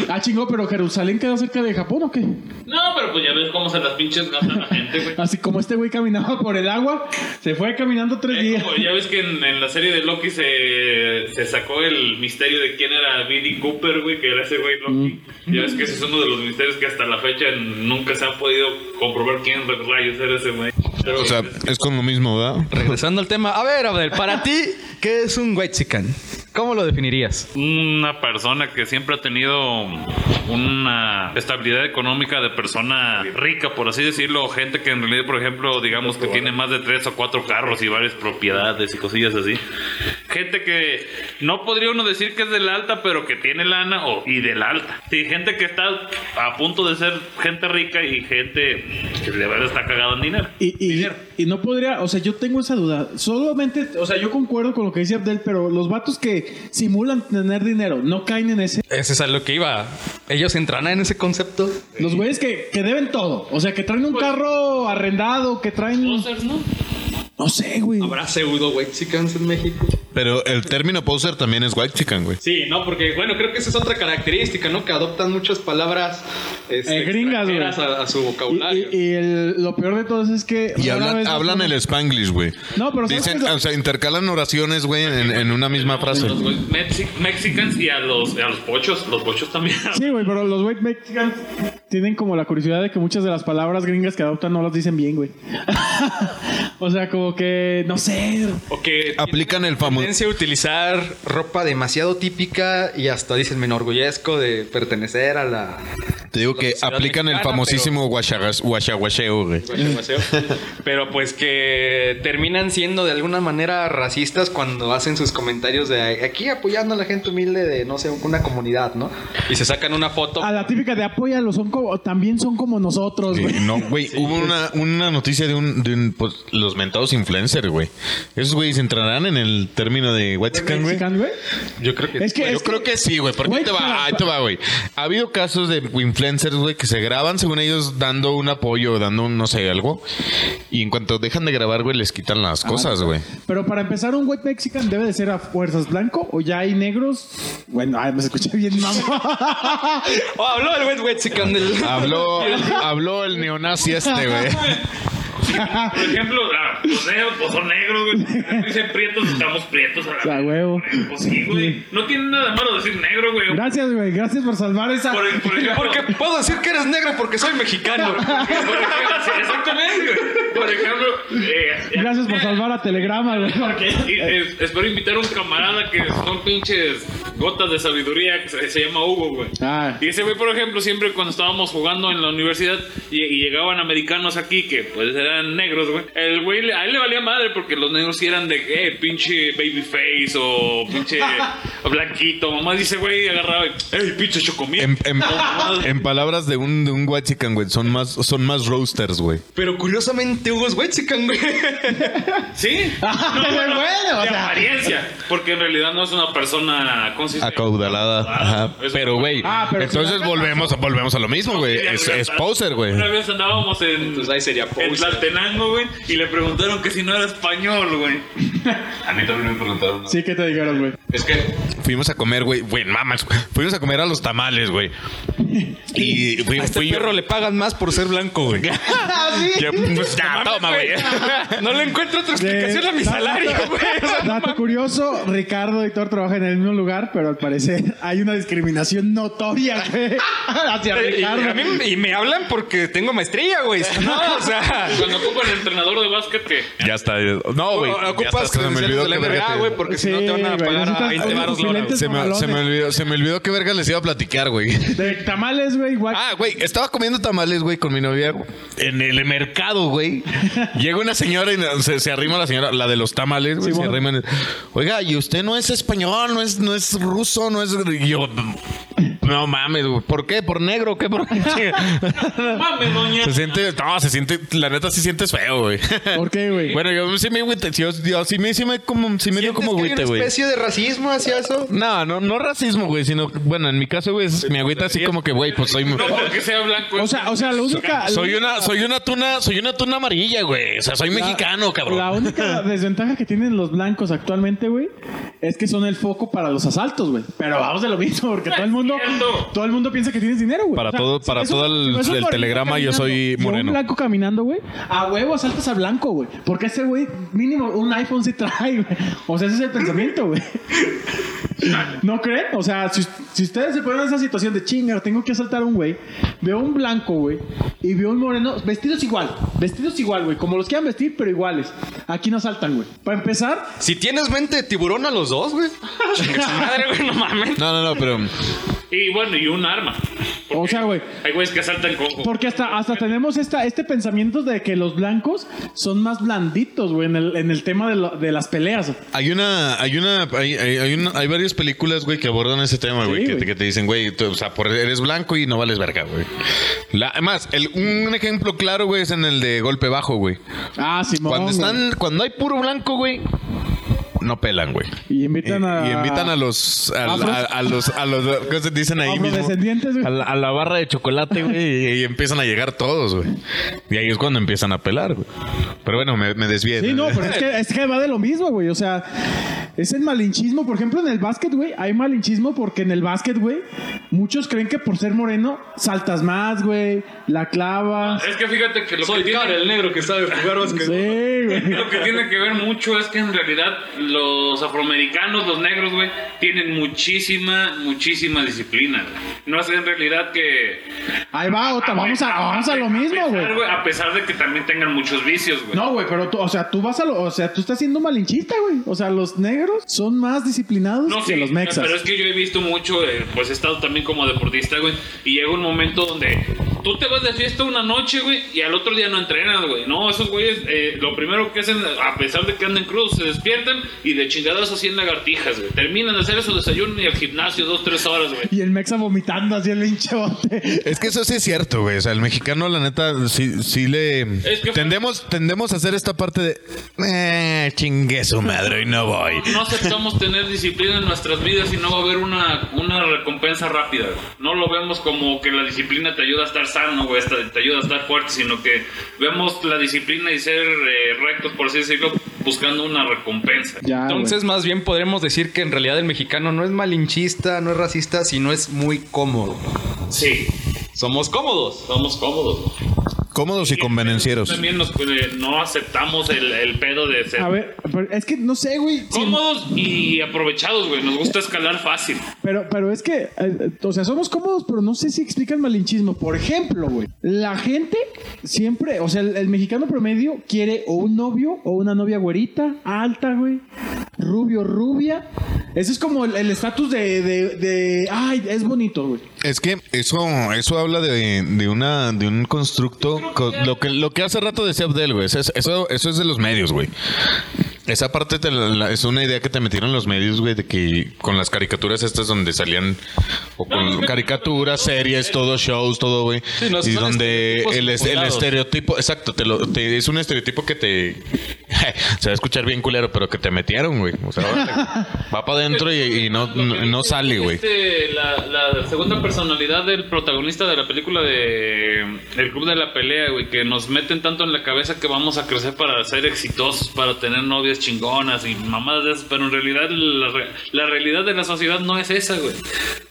ah, chingo, pero Jerusalén queda cerca de Japón o qué? No, pero pues ya ves cómo se las pinches gasta la gente, güey. Así como este güey caminaba por el agua, se fue caminando tres Es días. como- ya ves que en, en la serie de Loki se, se sacó el misterio de quién era Billy Cooper, güey, que era ese güey Loki. Ya ves que ese es uno de los misterios que hasta la fecha nunca se ha podido comprobar quién rayos era ese güey. Pero, O sea, es con lo mismo, ¿verdad? Regresando al tema, a ver, Abdel, para ti, ¿qué es un white chican? ¿Cómo lo definirías? una persona que siempre ha tenido una estabilidad económica de persona rica, por así decirlo, gente que en realidad, por ejemplo, digamos que tiene más de tres o cuatro carros y varias propiedades y cosillas así. Gente que no podría uno decir que es de la alta, pero que tiene lana o, y de la alta. Sí, gente que está a punto de ser gente rica y gente que de verdad está cagada en dinero. Y, y, y no podría, o sea, yo tengo esa duda. Solamente, o sea, yo concuerdo con lo que dice Abdel, pero los vatos que simulan tener dinero no caen en ese. Ese es a lo que iba. Ellos entrarán en ese concepto. Los güeyes que, que deben todo. O sea, que traen un Pues, carro arrendado, que traen. Posers, ¿no? No sé, güey. ¿Habrá pseudo white chicans en México? Pero el término poser también es white chicken, güey. Sí, no, porque bueno, creo que esa es otra característica, ¿no? Que adoptan muchas palabras este, Eh, gringas, güey. extranjeras a, a su Y, vocabulario. y- y el- lo peor de todo es que. Y una hablan, vez- hablan el spanglish, güey. No, pero ¿sabes Dicen, qué es lo- o sea, intercalan oraciones, güey, en, en una misma frase. A los güey- Mexi- Mexicans y a los, a los pochos. Los pochos también. Sí, güey, pero los white mexicans tienen como la curiosidad de que muchas de las palabras gringas que adoptan no las dicen bien, güey. o sea, como que. No sé. O que Aplican el famoso. tendencia a utilizar ropa demasiado típica y hasta dicen me enorgullezco de pertenecer a la Te digo que sociedad aplican el mexicana, famosísimo guachagas- guachaguacheo, güey. pero pues que terminan siendo de alguna manera racistas cuando hacen sus comentarios de aquí apoyando a la gente humilde de no sé una comunidad, ¿no? Y se sacan una foto A la típica de apóyalo, son como, también son como nosotros, Sí, güey. no, güey, hubo una, una noticia de un, de un, pues, los mentados influencers, güey. Esos güeyes entrarán en el término de white chicken, güey. Mexican, güey. Yo creo que, Es que- Yo es creo que- que sí, güey. Porque Güey, ahí te para- va, ahí te va, güey. Ha habido casos de influencers, güey, que se graban según ellos dando un apoyo, dando un no sé, algo. Y en cuanto dejan de grabar, güey, les quitan las Ah, cosas, güey. Pero para empezar, un white mexican debe de ser a fuerzas blanco o ya hay negros. Bueno, ay, me escuché bien, mamá. Oh, habló el wet wet chican del Habló, habló el neonazi este, güey. Por ejemplo, ah, pues, eh, pues son negros, güey. Dicen prietos, estamos prietos a la A huevo. Pues sí, güey. No tiene nada de malo decir negro, güey. Gracias, güey. Gracias por salvar esa. Por, por ejemplo, porque puedo decir que eres negro porque soy mexicano. por ejemplo, sí, exactamente, güey. Por ejemplo, eh, Gracias por eh, salvar a Telegrama, güey. porque- y, eh, espero invitar a un camarada que son pinches gotas de sabiduría que se, se llama Hugo, güey. Ah. Y ese güey, por ejemplo, siempre cuando estábamos jugando en la universidad y, y llegaban americanos aquí, que pues eran negros, güey. El güey, le- a él le valía madre porque los negros sí eran de, eh, pinche babyface o pinche blanquito. Mamá dice, güey, agarraba, y, eh, pinche chocomil. En, en- Mamá, en palabras de un, de un white chicken, güey, son más, son más roasters, güey. Pero curiosamente Hugo es wet chican, güey. Sí. No, bueno, o de sea. apariencia. Porque en realidad no es una persona Ah, consistente. Acaudalada. Ajá. Eso- Pero, güey, Ah, pero- entonces volvemos, a- volvemos a lo mismo, güey. Eh, Es, es poser, güey. Una vez andábamos en, Entonces Pues ahí sería en poser. Tlaltenango, güey, y le preguntaron que si no era español, güey. A mí también me preguntaron. Sí, que te dijeron, güey. Es que Fuimos a comer, güey. Güey, mamas. Fuimos a comer a los tamales, güey. Y fui, A este fui yo- Ah, perro le pagan más por ser blanco, güey. Yo- pues, nah, toma, güey. No le encuentro otra De- explicación a mi no, salario. Dato curioso, Ricardo Héctor trabaja en el mismo lugar, pero al parecer hay una discriminación notoria, güey, hacia Y, Ricardo. a mí, y me hablan porque tengo maestría, güey. No, o sea. Cuando ocupan el entrenador de básquet, que Ya está. ya- No, güey. ya ocupas está, se me olvidó credenciales de la que verga NBA, te- Ah, güey, porque si no te van a Sí, güey, pagar a necesitas 20 unos varos la hora, güey. suplentes Se me, mamalones. se me olvidó, se me olvidó qué verga les iba a platicar, güey. De tamales, güey, igual. Ah, güey, estaba comiendo tamales, güey, con mi novia en el mercado, güey. Llega una señora y se, se arrima la señora, la de los tamales, güey, se arrima. en el- Oiga, y usted no es español, no es, no es ruso, no es. y yo, no mames, güey. ¿Por qué? ¿Por negro? ¿Qué? ¿Por qué? mames, doña. se siente, no, se siente, la neta sí sientes feo, güey. ¿Por qué, güey? Bueno, yo sí me agüite, yo, yo sí me, sí me, como, sí me dio como agüite, güey. de racismo hacia eso? No, no, no racismo, güey, sino, bueno, en mi caso, güey, es- me agüita así como que, güey, pues soy... No porque sea blanco. O sea, o sea, la única... Soy una, soy una tuna, soy una tuna amarilla, güey. O sea, soy mexicano, cabrón. La única desventaja que tienen los blancos actualmente, güey, es que son el foco para los asaltos, güey. Pero vamos de lo mismo, porque todo el mundo, cierto. todo el mundo piensa que tienes dinero, güey. Para todo- para es un- todo el- es un el moreno telegrama, yo soy caminando, y moreno. un blanco caminando, güey, a huevo asaltas a blanco, güey. Porque ese güey mínimo un iPhone se trae, güey. O sea, ese es el pensamiento, güey. ¿No creen? O sea, si, si ustedes se ponen en esa situación de chinga, tengo que asaltar a un güey, veo un blanco, güey, y veo un moreno, vestidos igual, vestidos igual, güey, como los quieran vestir, pero iguales. Aquí no asaltan, güey. Para empezar, Si tienes mente de tiburón a los dos, güey. Chinga su madre, güey, no mames. No, no, no, pero Y bueno, y un arma. o sea, güey, Hay güeyes que saltan con. porque hasta, hasta tenemos esta, este pensamiento de que los blancos son más blanditos, güey, en el, en el tema de, lo- de las peleas. hay una, hay una, hay, hay, hay una- hay varias películas, güey, que abordan ese tema, güey, que, güey. que te dicen, güey, tú, o sea, por, eres blanco y no vales verga, güey. La- Además, el, un ejemplo claro, güey, es en el de golpe bajo, güey. Ah, Simón. Cuando güey. están, cuando hay puro blanco, güey, no pelan, güey. Y Y, invitan a. eh, y invitan a los a, Afros. a- a los a los ¿qué se dicen ahí mismo? Afrodescendientes, güey. A la, a la barra de chocolate, güey, y, y empiezan a llegar todos, güey. Y ahí es cuando empiezan a pelar, güey. Pero bueno, me, me desvié. Sí, no, pero es que, es que va de lo mismo, güey. O sea, es el malinchismo. Por ejemplo, en el básquet, güey, hay malinchismo porque en el básquet, güey, muchos creen que por ser moreno saltas más, güey, la clavas. Es que fíjate que lo que tiene. cara, el negro que sabe jugar Sí, básquet. güey. Lo que tiene que ver mucho es que en realidad los afroamericanos, los negros, güey, tienen muchísima, muchísima disciplina. güey. No es en realidad que... Ahí va otra. Vamos a, vamos a lo mismo, güey. pesar, A pesar de que también tengan muchos vicios, güey. No, güey, pero tú, o sea, tú vas a lo, o sea, tú estás siendo malinchista, güey. O sea, los negros son más disciplinados No, que sí, los mexas. Pero es que yo he visto mucho, eh, pues he estado también como deportista, güey. Y llega un momento donde tú te vas de fiesta una noche, güey, y al otro día no entrenas, güey. No, esos güeyes, eh, lo primero que hacen, a pesar de que anden crudos, se despiertan y de chingadas hacían lagartijas, güey. Terminan de hacer su desayuno y al gimnasio dos, tres horas, güey. Y el mexa vomitando así el hinche bote. Es que eso sí es cierto, güey. O sea, el mexicano, la neta, sí, sí le. Es que- tendemos, tendemos a hacer esta parte de. Eh, chingue su madre y no voy. No aceptamos tener disciplina en nuestras vidas y no va a haber una, una recompensa rápida. güey. No lo vemos como que la disciplina te ayuda a estar sano, güey, esta- te ayuda a estar fuerte, sino que vemos la disciplina y ser eh, rectos, por así decirlo, buscando una recompensa. Ya, Ah, güey. Entonces, más bien podremos decir que en realidad el mexicano no es malinchista, no es racista, sino es muy cómodo. Sí, Somos cómodos. somos cómodos. güey. Cómodos y convenencieros. También nos, eh, no aceptamos el, el pedo de ser A ver, pero es que no sé, güey. si- cómodos y aprovechados, güey. Nos gusta escalar fácil. Pero, pero es que, eh, eh, o sea, somos cómodos, pero no sé si explica el malinchismo. Por ejemplo, güey, la gente siempre, o sea, el, el mexicano promedio quiere o un novio o una novia güerita, alta, güey, rubio, rubia. Ese es como el el estatus de, de, de, ay, es bonito, güey. Es que eso, eso habla de, de una, de un constructo, co- lo que, lo que hace rato decía Abdel, güey, eso, es- eso, eso es de los medios, güey. Esa parte te la- la- es una idea que te metieron los medios, güey, de que con las caricaturas estas donde salían, o con caricaturas, series, todo shows, todo, güey, Sí, no, y son donde estereotipos el, es- el impugnados. estereotipo, exacto, te lo- te- es un estereotipo que te, se va a escuchar bien culero, pero que te metieron, güey, o sea, órale, va para adentro y, y no, no, no sale, güey. Este, la, la segunda personalidad del protagonista de la película de El Club de la Pelea, güey, que nos meten tanto en la cabeza que vamos a crecer para ser exitosos, para tener novias chingonas y mamadas de esas, pero en realidad la, re- la realidad de la sociedad no es esa, güey.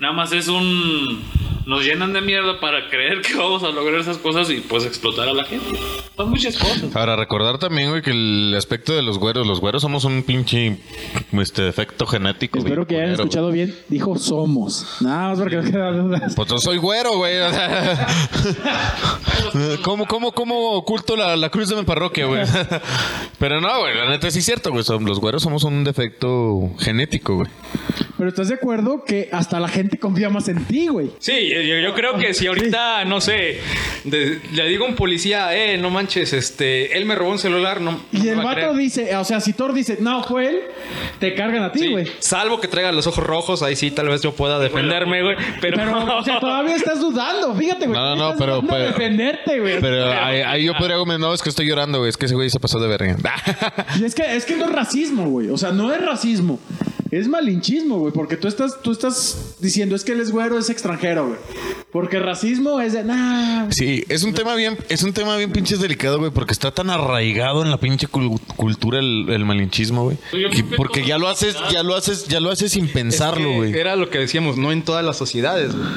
Nada más es un nos llenan de mierda para creer que vamos a lograr esas cosas y pues explotar a la gente. Son muchas cosas. Ahora, recordar también, güey, que el aspecto de los güeros, los güeros somos un pinche este, defecto genético. güey, Espero que hayan culero, escuchado bien. Dijo somos. Nada más porque no quedan dudas. güey. Pues yo soy güero, güey. o sea. ¿Cómo, cómo, cómo oculto la, la cruz de mi parroquia, güey? Pero no, güey, la neta sí es cierto, güey. son- Los güeros somos un defecto genético, güey. Pero estás de acuerdo que hasta la gente confía más en ti, güey. Sí, yo, yo creo que si ahorita, no sé, de- le digo a un policía, eh, no manches, este, él me robó un celular, no. no Y me el va a vato creer". dice, o sea, si Thor dice, no, fue él, te cargan a ti, Sí, güey. salvo que traiga los ojos rojos, ahí sí tal vez yo pueda defenderme, güey. Pero, Pero, o sea, todavía estás dudando, fíjate, güey. No, no, no, Estás pero- dudando de pero- defenderte, güey. Pero ahí, ahí yo podría argumentar, no, es que estoy llorando, güey. Es que ese güey se pasó de verga. Y es que, es que no es racismo, güey. O sea, no es racismo. Es malinchismo, güey. Porque tú estás, tú estás diciendo, es que él es güero, es extranjero, güey. Porque racismo es de, nah, güey. Sí, es un tema bien, es un tema bien pinches delicado, güey, porque está tan arraigado en la pinche cul- cultura el, el malinchismo, güey. Yo creo que- que Porque todo- ya lo haces, ya lo haces, ya lo haces sin Es que pensarlo, güey. Era lo que decíamos, no en todas las sociedades, güey.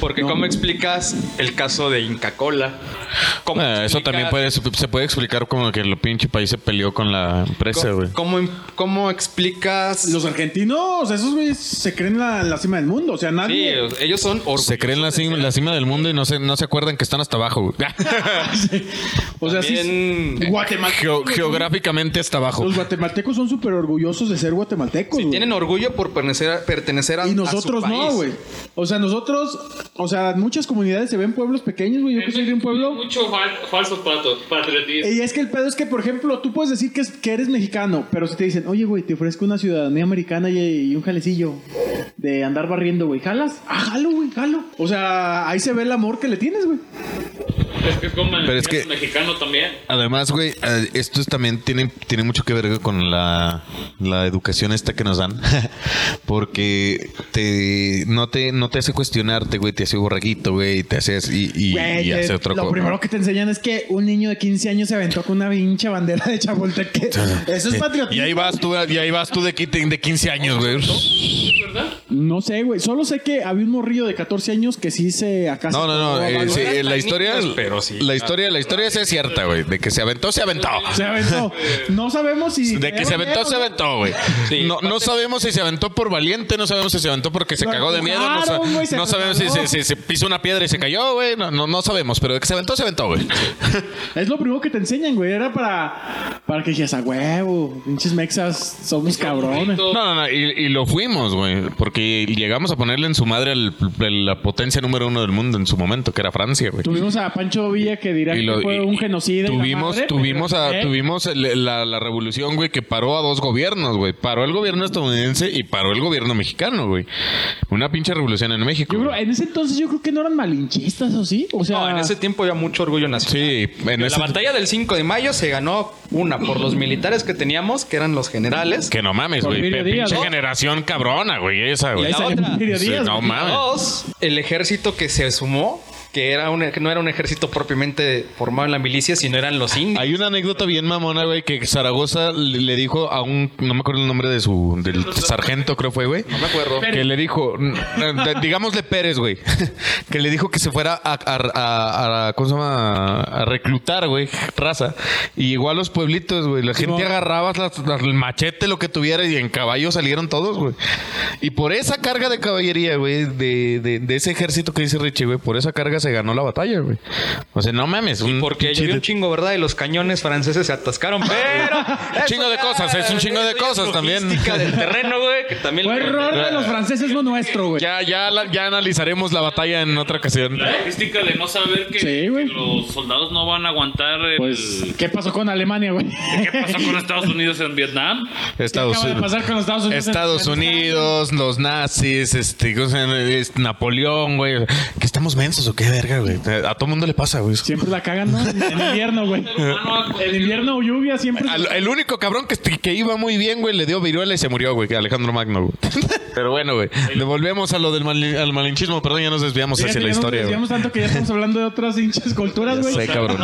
Porque ¿cómo explicas el caso de Inca Cola? ¿Cómo Ah, eso explicas- también puede, se puede explicar como que el pinche país se peleó con la empresa, güey. ¿Cómo, em- cómo, cómo explicas? Los argentinos, esos güeyes se creen la, la cima del mundo. O sea, Sí, nadie. ellos son Se orgullosos. creen la cima, la cima del mundo y no se, no se acuerdan que están hasta abajo, güey. o sea, También- eh, sí. Geo- Guatemaltecos. geográficamente hasta abajo. Los guatemaltecos son súper orgullosos de ser guatemaltecos, güey. Tienen orgullo por pertenecer a, pertenecer a Y a su nosotros no, país. güey. O sea, nosotros, o sea, muchas comunidades se ven pueblos pequeños, güey. Yo que soy de un pueblo. Mucho fal- falso pato, patriotismo. Y es que el pedo es que, por ejemplo, tú puedes decir que, es- que eres mexicano, pero si te dicen, oye, güey, te ofrezco una ciudadanía americana y, y un jalecillo de andar barriendo, güey, ¿jalas? Ah, jalo, güey, jalo. O sea, ahí se ve el amor que le tienes, güey. Es que como el Pero es que- mexicano también. Además, güey, eh, esto es también tiene, tiene mucho que ver con la, la educación esta que nos dan. Porque te no te no te hace cuestionarte, güey, te hace borraguito, güey, te haces y, y, Güey, y hace eh, otro lo co- primero que te enseñan es que un niño de 15 años se aventó con una pinche bandera de Chapultepec. Eso es Y patriotismo. ahí vas tú, y ahí vas tú de, qui- de 15 años, güey. No sé, güey. Solo sé que había un morrillo de 14 años que sí se acá. No, se no, tomó no. eh, valor. sí, eh, la tan historia, niños, pero sí. la historia, la historia sí es cierta, güey. De que se aventó, se aventó. Se aventó. No sabemos si. De que se aventó, se aventó, güey. no, no sabemos si se aventó por valiente, no sabemos si se aventó porque se Lo cagó de miedo, no, sa- empujaron, güey, se no sabemos si se, resbaló. si se pisó una piedra y se cayó, güey. No, no, no sabemos, pero de que se aventó, se aventó, güey. Es lo primero que te enseñan, güey. Era para, para que dijeras a huevo. Pinches mexas, somos cabrones. No, no, no. Y, y lo fuimos, güey. Porque llegamos a ponerle en su madre el- el- la potencia número uno del mundo en su momento, que era Francia, güey. Tuvimos a Pancho Villa que dirá Y lo- que fue y- un genocida. y la Tuvimos, madre, tuvimos, a- ¿eh? tuvimos el- la, la revolución, güey, que paró a dos gobiernos, güey. Paró el gobierno estadounidense y paró el gobierno mexicano, güey. Una pinche revolución en México. Yo creo, güey. en ese entonces yo creo que no eran malinchistas, ¿o sí? O sea, No, en ese tiempo había mucho orgullo nacional. Sí, en la ese- batalla del 5 de mayo se ganó una por los militares que teníamos, que eran los generales. Que no mames, güey. Porfirio Pe- Díaz, Pinche ¿no? generación cabrona, güey. Esa, y güey. ahí la salió otra. Porfirio Pues, Sí, Díaz, no güey. mames. Dos, el ejército que se sumó, que era un, que no era un ejército propiamente formado en la milicia, sino eran los indios. Hay una anécdota bien mamona, güey, que Zaragoza le le dijo a un, no me acuerdo el nombre de su, del sargento, creo fue, güey. No me acuerdo. Que le dijo, n- n- de- digámosle Pérez, güey, que le dijo que se fuera a, a- a- a- ¿cómo se llama? A reclutar, güey, raza. Y llegó a los pueblitos, güey. La gente agarraba las- las- el machete, lo que tuviera, y en caballo salieron todos, güey. Y por esa carga de caballería, güey, de, de- de ese ejército que dice Richie, güey, por esa carga se ganó la batalla, güey. O sea, no mames. un Porque pinche- llovió un chingo, ¿verdad? Y los cañones franceses se atascaron, pero... eso chingo de ya- cosas, es un chingo de eso ya cosas es también. logística del terreno, güey, que también... Fue error de los franceses, no nuestro, güey. Ya, ya, la- ya analizaremos la batalla en otra ocasión. La logística de no saber que, Sí, que güey. los soldados no van a aguantar el- Pues, ¿qué pasó con Alemania, güey? ¿Qué pasó con Estados Unidos en Vietnam? Estados acaba de Unidos. pasar con los Estados Unidos? Estados Unidos, los nazis, este, ¿cómo se llama? Es Napoleón, güey. ¿Que estamos mensos o qué? verga, güey. A todo mundo le pasa, güey. Siempre la cagan, ¿no? En invierno, güey. En invierno o lluvia siempre. Al- el único cabrón que, que iba muy bien, güey, le dio viruela y se murió, güey, que Alejandro Magno, güey. Pero bueno, güey. Devolvemos a lo del mali- al malinchismo, perdón, ya nos desviamos Fíjate, hacia la ya nos historia, güey. desviamos tanto que ya estamos hablando de otras hinchas culturas, güey. Sí, cabrón.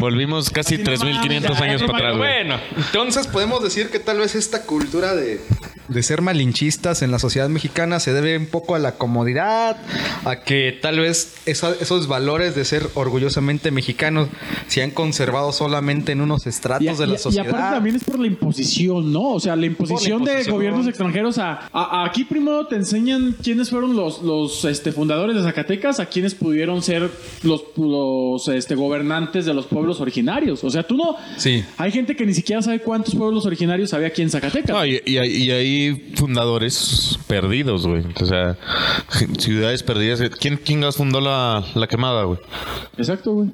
Volvimos casi Así no 3.500 mames, años ya, para atrás, güey. Bueno, Entonces podemos decir que tal vez esta cultura de, de ser malinchistas en la sociedad mexicana se debe un poco a la comodidad, a que tal vez esa- esos valores de ser orgullosamente mexicanos se han conservado solamente en unos estratos Y, de la y- y sociedad. aparte también es por la imposición, ¿no? O sea, la imposición, de imposición. gobiernos extranjeros a, a- a- aquí primero te enseñan quiénes fueron los, los este, fundadores de Zacatecas, a quienes pudieron ser los, los este, gobernantes de los pueblos originarios. O sea, tú no. Sí. Hay gente que ni siquiera sabe cuántos pueblos originarios había aquí en Zacatecas. No, y, y hay- y hay fundadores perdidos, güey. O sea, ciudades perdidas. ¿Quién chingas fundó la, la quemada, güey? Exacto, güey.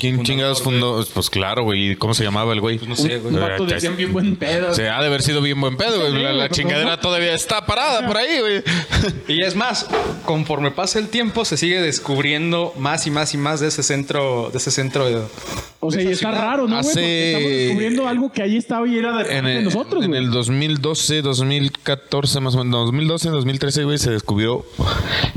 ¿Quién chingas fundó? Pues claro, güey. ¿Cómo se llamaba el güey? no Un- Un vato de bien buen pedo. Se ha de haber sido bien buen pedo, güey. La, la chingadera todavía está parada por ahí, güey. Y es más, conforme pasa el tiempo se sigue descubriendo más y más y más de ese centro, de ese centro de, O sea, y está raro, ¿no, güey? Hace- Porque Estamos descubriendo algo que ahí estaba y era de, En de el, nosotros, en güey. el 2012, 2014, más o menos. 2012, 2013, güey, se descubrió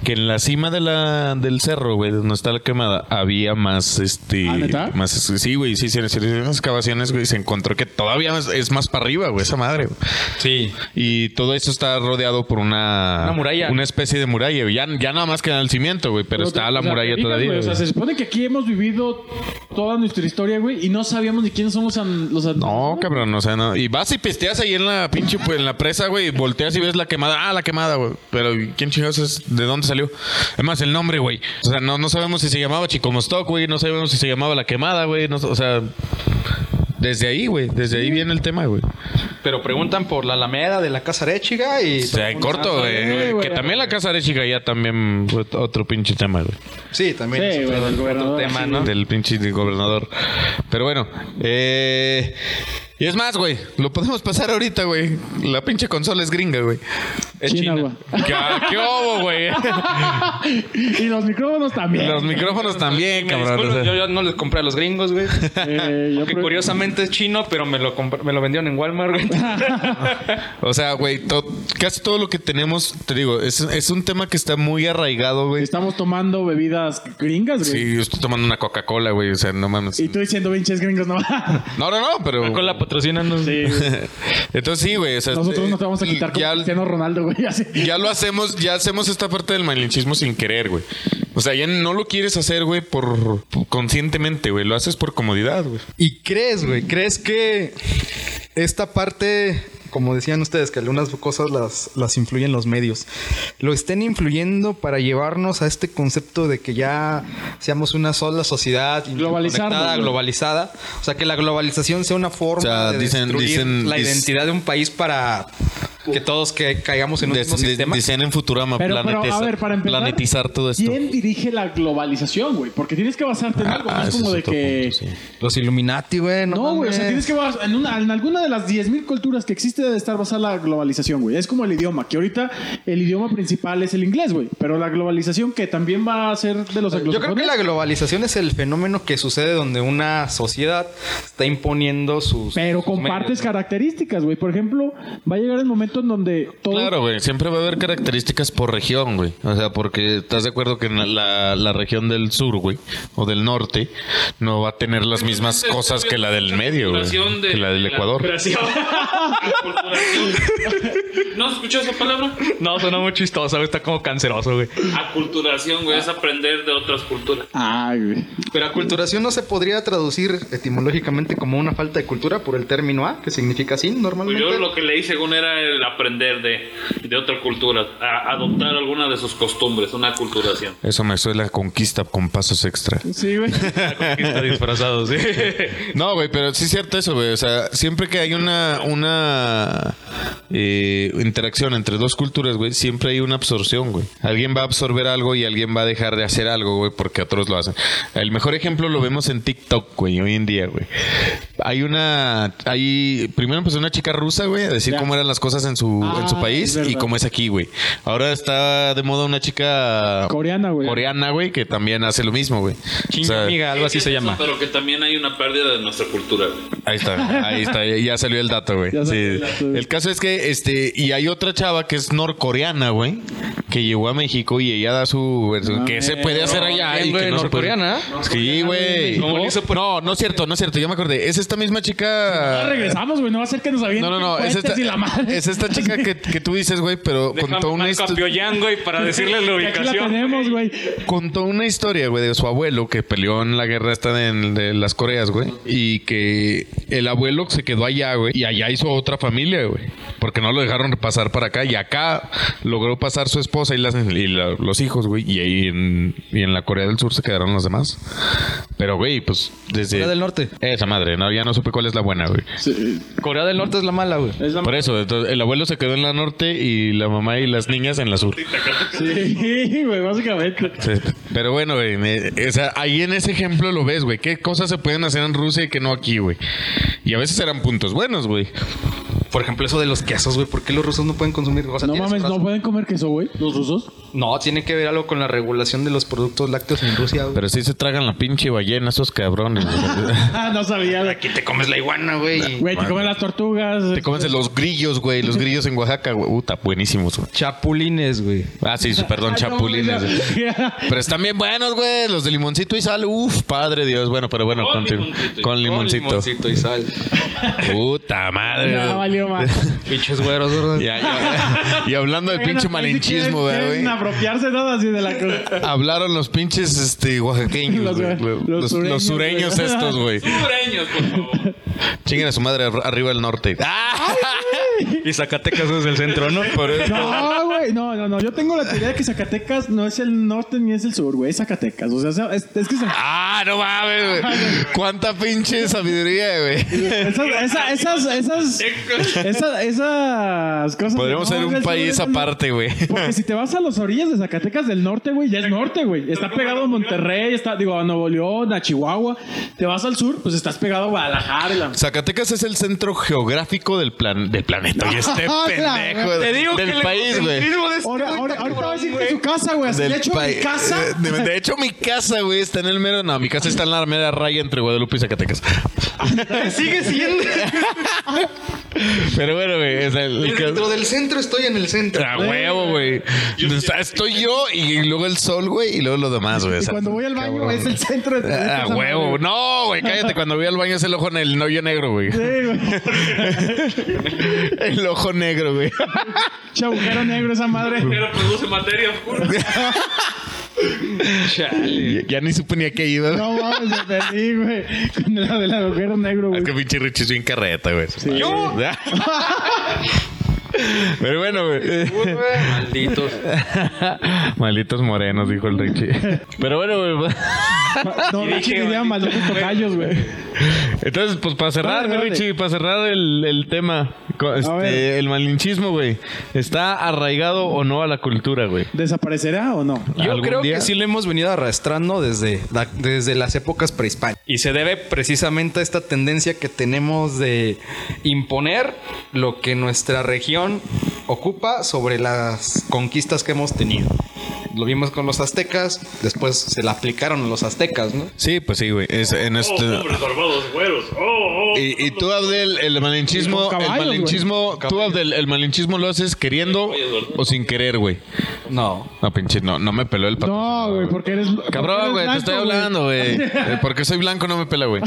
que en la cima de la, del cerro, güey, donde está la quemada, había más, este... ¿Ah, neta? más Sí, güey, sí, se se hicieron excavaciones, güey, y se encontró que todavía es, es más para arriba, güey, esa madre, güey. Sí. Y todo eso está rodeado por una... Una muralla. Una especie de muralla, güey. Ya, ya nada más queda el cimiento, güey, pero, Pero está te- la o sea, muralla te fijas, todavía. güey, O sea, güey. se supone que aquí hemos vivido toda nuestra historia, güey, y no sabíamos ni quiénes son los... an- los an- No, cabrón, o sea, no. Y vas y pisteas ahí en la pinche, pues, en la presa, güey, y volteas y ves la quemada. Ah, la quemada, güey. Pero, ¿quién chingados es? ¿De dónde salió? Además, el nombre, güey. O sea, no, no sabemos si se llamaba Chicomostoc, güey. No sabemos si se llamaba la quemada, güey. No, o sea, desde ahí, güey. Desde ahí viene el tema, güey. Pero preguntan por la Alameda de la Casa Arechiga y O sea, en corto, Sí, güey. güey. Que también la casa de chica ya también fue otro pinche tema, güey. sí, también Sí, es güey, otro, del otro gobernador, tema, sí, ¿no? Del pinche de gobernador. Pero bueno, eh. Y es más, güey, lo podemos pasar ahorita, güey. La pinche consola es gringa, güey. Es China, ¿Qué, qué hubo, güey? Y los micrófonos también. Los micrófonos también, Me cabrón. disculpo, o sea. yo, yo no les compré a los gringos, güey. Eh, yo Que creo- curiosamente es chino, pero me lo, compr- me lo vendieron en Walmart, güey. O sea, güey, to- casi todo lo que tenemos, te digo, es, es un tema que está muy arraigado, güey. Estamos tomando bebidas gringas, güey. Sí, yo estoy tomando una Coca-Cola, güey. O sea, no mames. Y tú diciendo pinches gringos, no. No, no, no, pero. Con la patrocinando. Sí, güey. Entonces sí, güey. o sea, Nosotros eh, no te vamos a quitar como ya- Cristiano Ronaldo, güey. Así. ya lo hacemos, ya hacemos esta parte del malinchismo sin querer, güey. O sea, ya no lo quieres hacer, güey, por, por- conscientemente, güey. Lo haces por comodidad, güey. ¿Y crees, güey? ¿Crees que esta parte, como decían ustedes, que algunas cosas las, las influyen los medios, lo estén influyendo para llevarnos a este concepto de que ya seamos una sola sociedad Globalizarnos, interconectada, güey. globalizada? O sea, que la globalización sea una forma O sea, de dicen- destruir dicen- la dis- identidad de un país para que todos que caigamos en un mismo sistema. Dicen en Futurama Pero, pero, a ver, para empezar, planetizar todo esto. ¿Quién dirige la globalización, güey? Porque tienes que basarte en algo. no Ah, es ese como es de otro que... punto, sí. Los Illuminati, güey. No, No, güey, o sea, mames. tienes que basar en, una- en alguna de las 10.000 culturas que existe debe estar basada la globalización, güey. Es como el idioma, que ahorita el idioma principal es el inglés, güey. Pero la globalización que también va a ser de los Yo creo que anglosajones, la globalización es el fenómeno que sucede donde una sociedad está imponiendo sus... Pero sus compartes medios, ¿no? características, güey. Por ejemplo, va a llegar el momento en donde todo... Claro, güey. Siempre va a haber características por región, güey. O sea, porque estás de acuerdo que en la, la región del sur, güey, o del norte, no va a tener las mismas cosas que la del medio, güey. Saturación de- Que la del de la- Ecuador. Aculturación. ¿No has escuchado esa palabra? No, suena muy chistoso, está como canceroso, güey. Aculturación, güey, es aprender de otras culturas. Ay, güey. Pero aculturación no se podría traducir etimológicamente como una falta de cultura por el término A, que significa así Pues normalmente. Yo lo que leí según era el aprender de, de otra cultura, a- adoptar alguna de sus costumbres, una aculturación. Eso me suena a conquista con pasos extra. Sí, güey. Está disfrazado, sí. No, güey, pero sí es cierto eso, güey. O sea, siempre que hay una, una eh, interacción entre dos culturas, güey, siempre hay una absorción, güey. Alguien va a absorber algo y alguien va a dejar de hacer algo, güey, porque otros lo hacen. El mejor ejemplo lo vemos en TikTok, güey, hoy en día, güey. Hay una. Hay, primero empezó una chica rusa, güey, a decir Ya. cómo eran las cosas en su, en Ah, su es país verdad. y cómo es aquí, güey. Ahora está de moda una chica Coreana, güey. coreana, güey, que también hace lo mismo, güey. O sea, amiga, algo así Es se eso, llama. Pero que también hay una pérdida de nuestra cultura. güey. Ahí está, ahí está, ya- ya salió el dato, güey. Ya salió Sí. el dato, güey. El caso es que, este, y hay otra chava que es norcoreana, güey, que llegó a México y ella da su versión. No ¿Qué se eh, puede hacer allá? bien, Y güey, que no se puede- norcoreana. Sí, güey. ¿Cómo le hizo por- No, no es cierto, no es cierto, ya me acordé. Es esta misma Ahora chica. regresamos, güey. No va a ser que nos avienten No, no, no, es cohetes esta, y la madre. es esta chica que, que tú dices, güey, pero contó Déjame una, marco a histo- Pyongyang, güey, para decirle Que la Aquí la ubicación. tenemos, güey. contó una historia, güey, de su abuelo que peleó en la guerra esta de, de las Coreas, güey. Y que el abuelo se quedó allá, güey. Y allá hizo otra familia, güey. Porque no lo dejaron pasar para acá. Y acá logró pasar su esposa y, las- y la- los hijos, güey. Y ahí en, y en la Corea del Sur se quedaron los demás. Pero, güey, pues desde... Corea del Norte. Esa madre, no, ya no supe cuál es la buena, güey. Corea del Norte es la mala, güey. Es la Por eso, entonces, el abuelo se quedó en la norte y la mamá y las niñas en la sur. Sí, güey, básicamente. Sí, Pero bueno, güey, me- o sea, ahí en ese ejemplo lo ves, güey. ¿Qué cosas se pueden hacer en Rusia y que no aquí, güey? Y a veces eran puntos buenos, güey. Por ejemplo, eso de los quesos, güey. ¿Por qué los rusos no pueden consumir cosas? No mames, no pueden comer queso, güey. Los rusos. No, tiene que ver algo con la regulación de los productos lácteos en Rusia, güey. Pero sí se tragan la pinche ballena esos cabrones. güey. Ah, no sabía. güey. Aquí te comes la iguana, güey. Güey, te comen las tortugas. Te comes los grillos, güey. Los grillos en Oaxaca, güey. Puta, buenísimos, güey. Chapulines, güey. Ah, sí, perdón, chapulines. güey. Pero están bien buenos, güey. Los de limoncito y sal. Uf, padre Dios. Bueno, pero bueno, Con con, limoncito y- con Con limoncito. limoncito y sal. Puta madre. No, güey. valió más. Pinches güeros, ¿verdad? Ya, ya. Y hablando del pinche malinchismo, güey. güey. Quieren apropiarse nada así de la cosa. Hablaron los pinches este, oaxaqueños, Los- güey. los los, los sureños, sureños, güey. estos, güey. Sureños, por favor. Chinguen a su madre ar- arriba del norte. ¡Ah! Y Zacatecas es el centro, ¿no? Por eso- No, güey, no, no, no. Yo tengo la teoría de que Zacatecas no es el norte ni es el sur, güey. Es Zacatecas. O sea, es, es que se- ¡Ah, no mames, güey! ¡Cuánta pinche sabiduría, güey! esas, esa- esas, esas, esas, esas cosas. Podríamos No, ser es un el sur, país es el aparte, güey. Porque si te vas a las orillas de Zacatecas del norte, güey, ya es norte, güey. Está pegado a Monterrey, está, digo, a Nuevo León, a Chihuahua. Te vas al sur, pues estás pegado a Guadalajara. y la- Zacatecas es el centro geográfico del plan del planeta. Y este la pendejo Te digo que del el país, güey. egocentrismo de este Ahora, güey ahora- está ahorita va cabrón, a decir que güey. su casa, güey. Así Del de hecho, mi país. casa. Eh, De, de hecho, mi casa, güey, está en el mero. No, mi casa está en la mera raya entre Guadalupe y Zacatecas. Sigue siendo. Pero bueno, güey. es el- el que- Dentro del centro estoy en el centro. A huevo, güey. O sea, Estoy yo y luego el sol, güey, y luego lo demás, güey. O Y sea, cuando voy al baño, es el centro de A Ah, huevo. No, güey, cállate. Cuando voy al baño es el ojo en el hoyo negro, güey. El ojo negro, güey. Chabujero negro, esa madre. Pero produce materia oscura. Ya, ya ni supe ni a qué iba. No mames, me perdí, güey. Con la del agujero negro, güey. Es que pinche Richie es bien carreta, güey. ¿Yo? Pero bueno, güey. Malditos. Malditos morenos, dijo el Richie. Pero bueno, pues. güey. No, dije que diría malditos tocayos, güey. Entonces, pues para cerrar, Dale, dale. Richie, para cerrar el, el tema, co- ver. este, el malinchismo, güey, ¿está arraigado o no a la cultura, güey? ¿Desaparecerá o no? Yo ¿Algún creo día? que sí lo hemos venido arrastrando desde, la- desde las épocas prehispánicas. Y se debe precisamente a esta tendencia que tenemos de imponer lo que nuestra región ocupa sobre las conquistas que hemos tenido. Lo vimos con los aztecas, después se la aplicaron a los aztecas, ¿no? Sí, pues sí, güey. Es, en Oh, este... hombres barbados, güeros. Oh, oh. y, y tú, Abdel, el Con malinchismo, caballos, el malinchismo, tú, Abdel, el malinchismo lo haces queriendo o sin querer, güey. No. No, pinche, no, no me peló el pato. No, güey, porque eres. Cabrón, porque güey, eres te estoy blanco, güey. hablando, güey. Eh, Porque soy blanco no me pela, güey.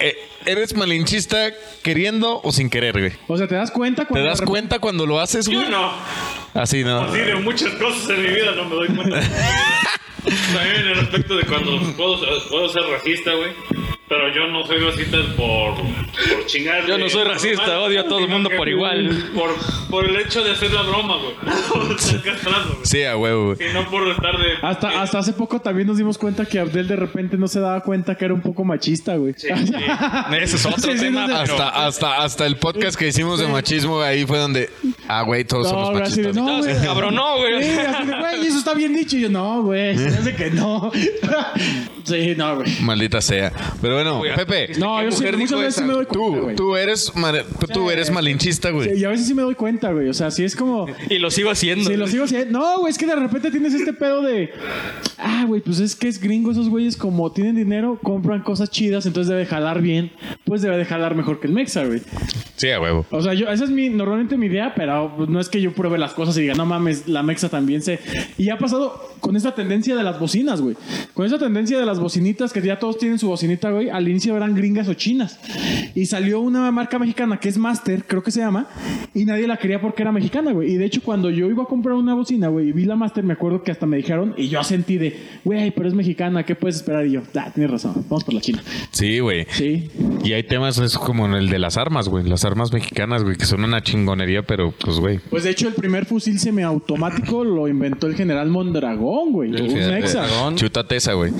Eh, ¿Eres malinchista queriendo o sin querer, güey? O sea, ¿te das cuenta ¿Te cuando das de repente- cuenta cuando lo haces, güey? Yo no. Así, ¿no? Así de muchas cosas en mi vida no me doy cuenta. También en el aspecto de cuando puedo, ser- puedo ser racista, güey. Pero yo no soy racista por, por chingar. Yo no soy racista, odio a todo el mundo por igual. Por, por el hecho de hacer la broma, güey. Por estar castrando, güey. Sí, a huevo, güey. Y no por estar de. Hasta, hasta hace poco también nos dimos cuenta que Abdel de repente no se daba cuenta que era un poco machista, güey. Ese es otro Sí, sí, tema. no sé. pero- Hasta, hasta, hasta el podcast que hicimos de machismo, ahí fue donde. Ah, güey, todos No, somos güey, así de, machistas. no, güey. Cabrón, no, güey. Sí, así de, güey, eso está bien dicho. Y yo, no, güey, se me hace que no. sí, no, güey. Maldita sea. Pero bueno, Pepe, No, ¿Qué yo sí, mujer muchas dijo veces esa? sí me doy cuenta, tú, güey. tú eres, ma- tú- tú eres malinchista, güey. Sí, y a veces sí me doy cuenta, güey. O sea, sí es como... Y lo sigo haciendo. Sí, lo sigo haciendo. No, güey, es que de repente tienes este pedo de. Ah, güey, pues es que es gringo esos güeyes. Como tienen dinero, compran cosas chidas, entonces debe jalar bien. Pues debe de jalar mejor que el Mexa, güey. Sí, a huevo. O sea, yo, esa es mi, normalmente mi idea, pero pues, no es que yo pruebe las cosas y diga, no mames, la Mexa también se. Y ha pasado con esta tendencia de las bocinas, güey. Con esa tendencia de las bocinitas, que ya todos tienen su bocinita, güey. Al inicio eran gringas o chinas. Y salió una marca mexicana que es Master, creo que se llama, y nadie la quería porque era mexicana, güey. Y de hecho, cuando yo iba a comprar una bocina, güey, y vi la Master, me acuerdo que hasta me dijeron, y yo sentí de, güey, pero es mexicana, ¿qué puedes esperar? Y yo, ah, tienes razón, vamos por la China. Sí, güey. Sí. Y hay temas es como el de las armas, güey. Las armas mexicanas, güey, que son una chingonería, pero pues, güey. Pues de hecho el primer fusil semiautomático lo inventó el general Mondragón, güey. Un mexa. Chútate esa, güey.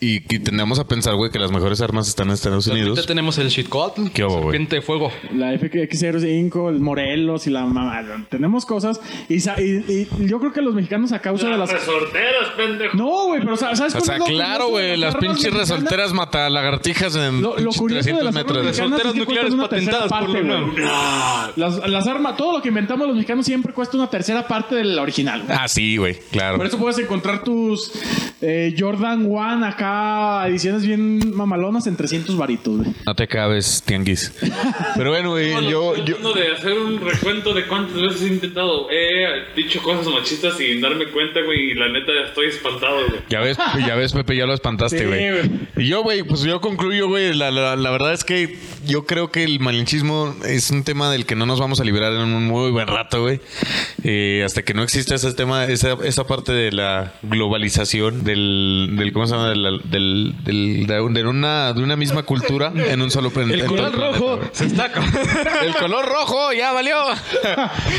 Y, y tendemos a pensar, güey, que las mejores armas están en Estados Ahorita Unidos. tenemos el shitcotl, ¿Qué hubo, güey? serpiente de fuego. La FX05, el Morelos y la mamá. Tenemos cosas. Y, sa- y- y yo creo que los mexicanos a causa de las... Resorteras, pendejo. No, güey, pero sa- ¿sabes O cuál sea, es lo claro, curioso de güey, las armas pinches mexicanas? resorteras mata lagartijas en Lo, lo pinches curioso de 300 las metros. armas güey. mexicanas Solteras es que nucleares cuestan una tercera patentadas por parte, la güey. Las, las armas, todo lo que inventamos los mexicanos siempre cuesta una tercera parte de la original. güey. Ah, sí, güey, claro. Por eso puedes encontrar tus eh, Jordan One acá, ediciones bien mamalonas en 300 varitos, güey. No te cabes, tianguis. Pero bueno, güey, yo, yo, Tratando de hacer un recuento de cuántas veces he intentado. He dicho cosas machistas sin darme cuenta, güey. Y la neta estoy espantado, güey. Ya ves, ya ves, Pepe, ya lo espantaste, Sí, güey. güey. y yo, güey, pues yo concluyo, güey. La, la- la verdad es que yo creo que el malinchismo es un tema del que no nos vamos a liberar en un muy buen rato, güey. Eh, hasta que no exista ese tema, esa, esa parte de la globalización, del, del ¿cómo se llama? De, la- del- del- de un- de una, de una misma cultura en un solo planeta. en todo El color rojo se está... el color rojo ya valió.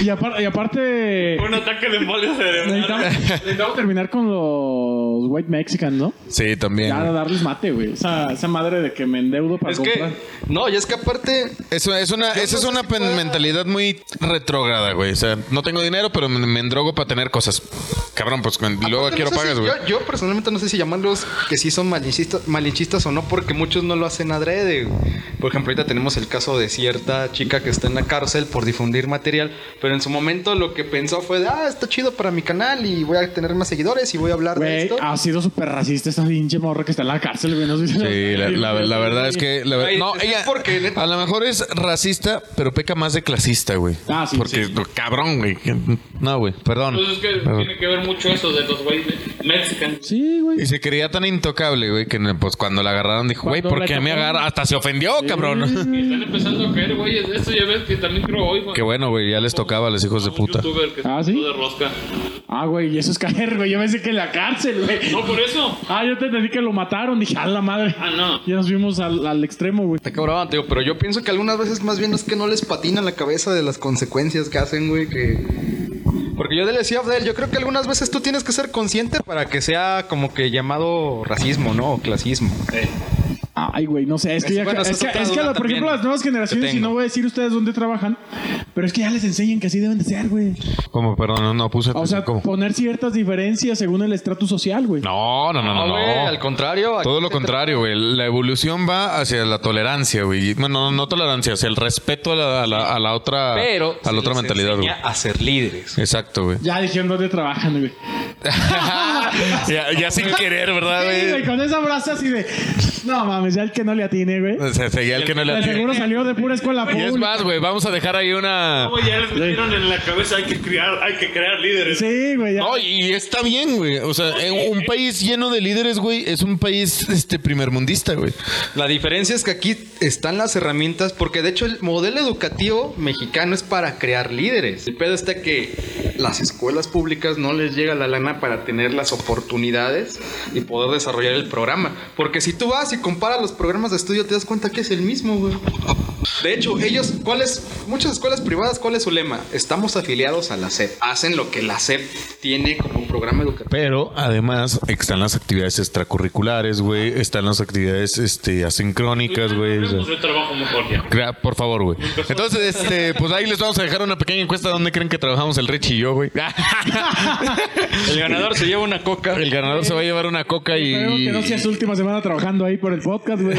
Y, apar- y aparte, Un ataque de embolia cerebral. necesitamos, necesitamos terminar con los White Mexicans, ¿no? Sí, también. Ya güey. darles mate, güey. Esa, esa madre de que me endeudo para Es comprar. que, no, y es que aparte, Eso es una, esa es una pen- mentalidad muy retrógrada, güey. O sea, no tengo dinero, pero me, me endrogo para tener cosas. Cabrón, pues con- luego Aparte, quiero no sé pagas, si- güey. yo, yo personalmente no sé si llamarlos que sí son malinchistas, malinchistas o no, porque muchos no lo hacen adrede. güey. Por ejemplo, ahorita tenemos el caso de cierta chica que está en la cárcel por difundir material, pero en su momento lo que pensó fue, de, ah, está chido para mi canal y voy a tener más seguidores y voy a hablar de Güey, ah. esto. ha sido súper racista esa pinche morra que está en la cárcel, güey. No sé si- Sí, la, la- la verdad es que... la ver- Ay, no, es ella porque neta- a lo mejor es racista, pero peca más de clasista, güey. Ah, sí, Porque, sí. cabrón, güey. No, güey, perdón. Pues Entonces Pues es que Perdón. tiene que ver mucho eso de los güey mexicanos. Sí, güey. Y se creía tan intocable, güey, que pues cuando la agarraron dijo, güey, Cuando ¿por la qué me toparon- agarra? Hasta se ofendió, cabrón. Y están empezando a caer, güey. Eso ya ves que también creo hoy, güey. Qué bueno, güey, ya les tocaba a los hijos de Un puta. youtuber que se Ah, ¿sí? puso de rosca. Ah, güey, y eso es caer, güey. Yo pensé que en la cárcel, güey. No, por eso. Ah, yo te entendí que lo mataron. Dije, a la madre. Ah, no. Ya nos vimos al, al extremo, güey. Está cabrón, te digo, pero yo pienso que algunas veces más bien es que no les patina la cabeza de las consecuencias que hacen, güey, que... Porque yo le decía a Abdel, yo creo que algunas veces tú tienes que ser consciente para que sea como que llamado racismo, ¿no? O clasismo. Ay, güey, no sé, es que, Es- ya- bueno, esa es es que, otra es que, duda por también ejemplo, las nuevas generaciones, que y no tengo. voy a decir ustedes dónde trabajan, pero es que ya les enseñan que así deben de ser, güey. ¿Cómo? Perdón, no, no puse... O sea, ¿cómo? poner ciertas diferencias según el estrato social, güey. No, no, no, no. No, güey, no. al contrario. aquí Todo lo se trata- contrario, güey. La evolución va hacia la tolerancia, güey. Bueno, no, no tolerancia, hacia el respeto a la, a la- a la otra, Pero a se la otra les mentalidad, güey. enseña a ser líderes. Exacto, güey. Ya dijeron dónde trabajan, güey. ya, ya sin querer, ¿verdad, Sí, güey, güey? con esa frase así de, no mames, ya el que no le atine, güey. O sea, sería el que no le De atiende. seguro salió de pura escuela Y pública. es más, güey, vamos a dejar ahí una. Como ya les metieron en la cabeza, hay que crear, hay que crear líderes. Sí, güey, ya. No, y está bien, güey. O sea, en un país lleno de líderes, güey, es un país este primermundista, güey. La diferencia es que aquí están las herramientas, porque de hecho el modelo educativo mexicano es para crear líderes. El pedo está que las escuelas públicas no les llega la lana para tener las oportunidades y poder desarrollar el programa. Porque si tú vas y comparas los programas de estudio, te das cuenta que es el mismo, güey. De hecho, ellos, ¿cuáles? Muchas escuelas privadas, ¿cuál es su lema? Estamos afiliados a la SEP. Hacen lo que la SEP tiene como programa educativo. Pero además están las actividades extracurriculares, güey. Están las actividades este, asincrónicas, güey. o sea. Pues yo trabajo muy cordial. Gra- Por favor, güey. Entonces, este, pues ahí les vamos a dejar una pequeña encuesta donde creen que trabajamos el Rich y yo, güey. El ganador se lleva una coca. El ganador se va a llevar una coca Espero y. que no sea su última semana trabajando ahí por el podcast, güey.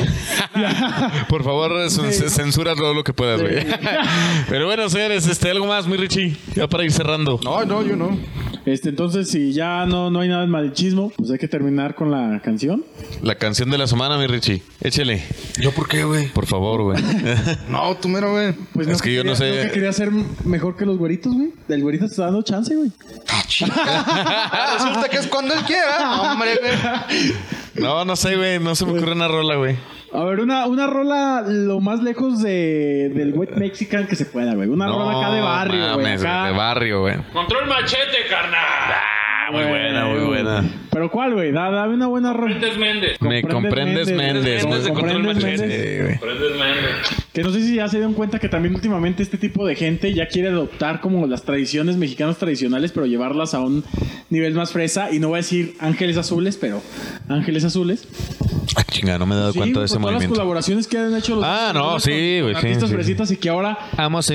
Ya. Por favor, cen- censura todo lo que puedas, güey. Pero bueno, señores, este, algo más, mi Richie. Ya para ir cerrando. No, no, yo no. Este, entonces, si ya no, no hay nada de malichismo, pues hay que terminar con la canción. La canción de la semana, mi Richie. Échele, ¿Yo por qué, güey? por favor, güey. No, tú mero, güey. Pues Es que yo no sé. Nunca quería ser mejor que los güeritos, güey. El güerito te está dando chance, güey. Ah, resulta que es cuando él quiera. Hombre, güey. No, no sé, güey. No se me ocurre una rola, güey. A ver, una, una rola lo más lejos de, del wet mexican que se pueda, güey. Una rola acá de barrio, güey. mames, acá. De barrio, güey. Control machete, carnal. Ah, muy buena, muy güey. buena. Pero cuál, güey? Da- Dame una buena rola. Prendes Méndez. Me Comprendes comprendes, Méndez. Méndez. güey. Méndez de Control Comprendes Machete. Méndez. Sí, güey. Prendes Méndez. Que no sé si ya se dieron cuenta que también últimamente este tipo de gente ya quiere adoptar como las tradiciones mexicanas tradicionales, pero llevarlas a un nivel más fresa. Y no voy a decir ángeles azules, pero ángeles azules. Ah, chinga, no me he dado Sí, cuenta güey, de ese con todas las movimiento. colaboraciones que han hecho los Ah, no, con- sí, güey, con sí, Artistas sí. fresitas y que ahora Amo su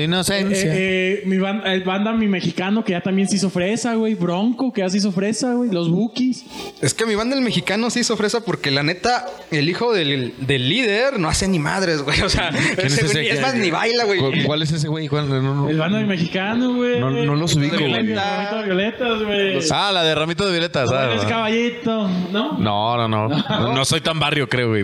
Eh, inocencia. eh, mi ban- el banda, mi mexicano, que ya también se hizo fresa, güey. Bronco, que ya se hizo fresa, güey. Los Bookies. Es que mi banda el mexicano sí hizo fresa porque la neta, el hijo del, del líder no hace ni madres, güey. O sea, es ese güey ese ni- es, que- más, ni baila, güey. ¿Cu- ¿Cuál es ese güey? ¿Cuál? No, no. El banda, mi mexicano, güey. No- no los ubico, Ay, güey. Violeta, Violetas, güey. Ah, la de Ramito de Violetas. ah, Eres caballito, ¿no? No, no, no. No, no soy tan barrio, creo, güey.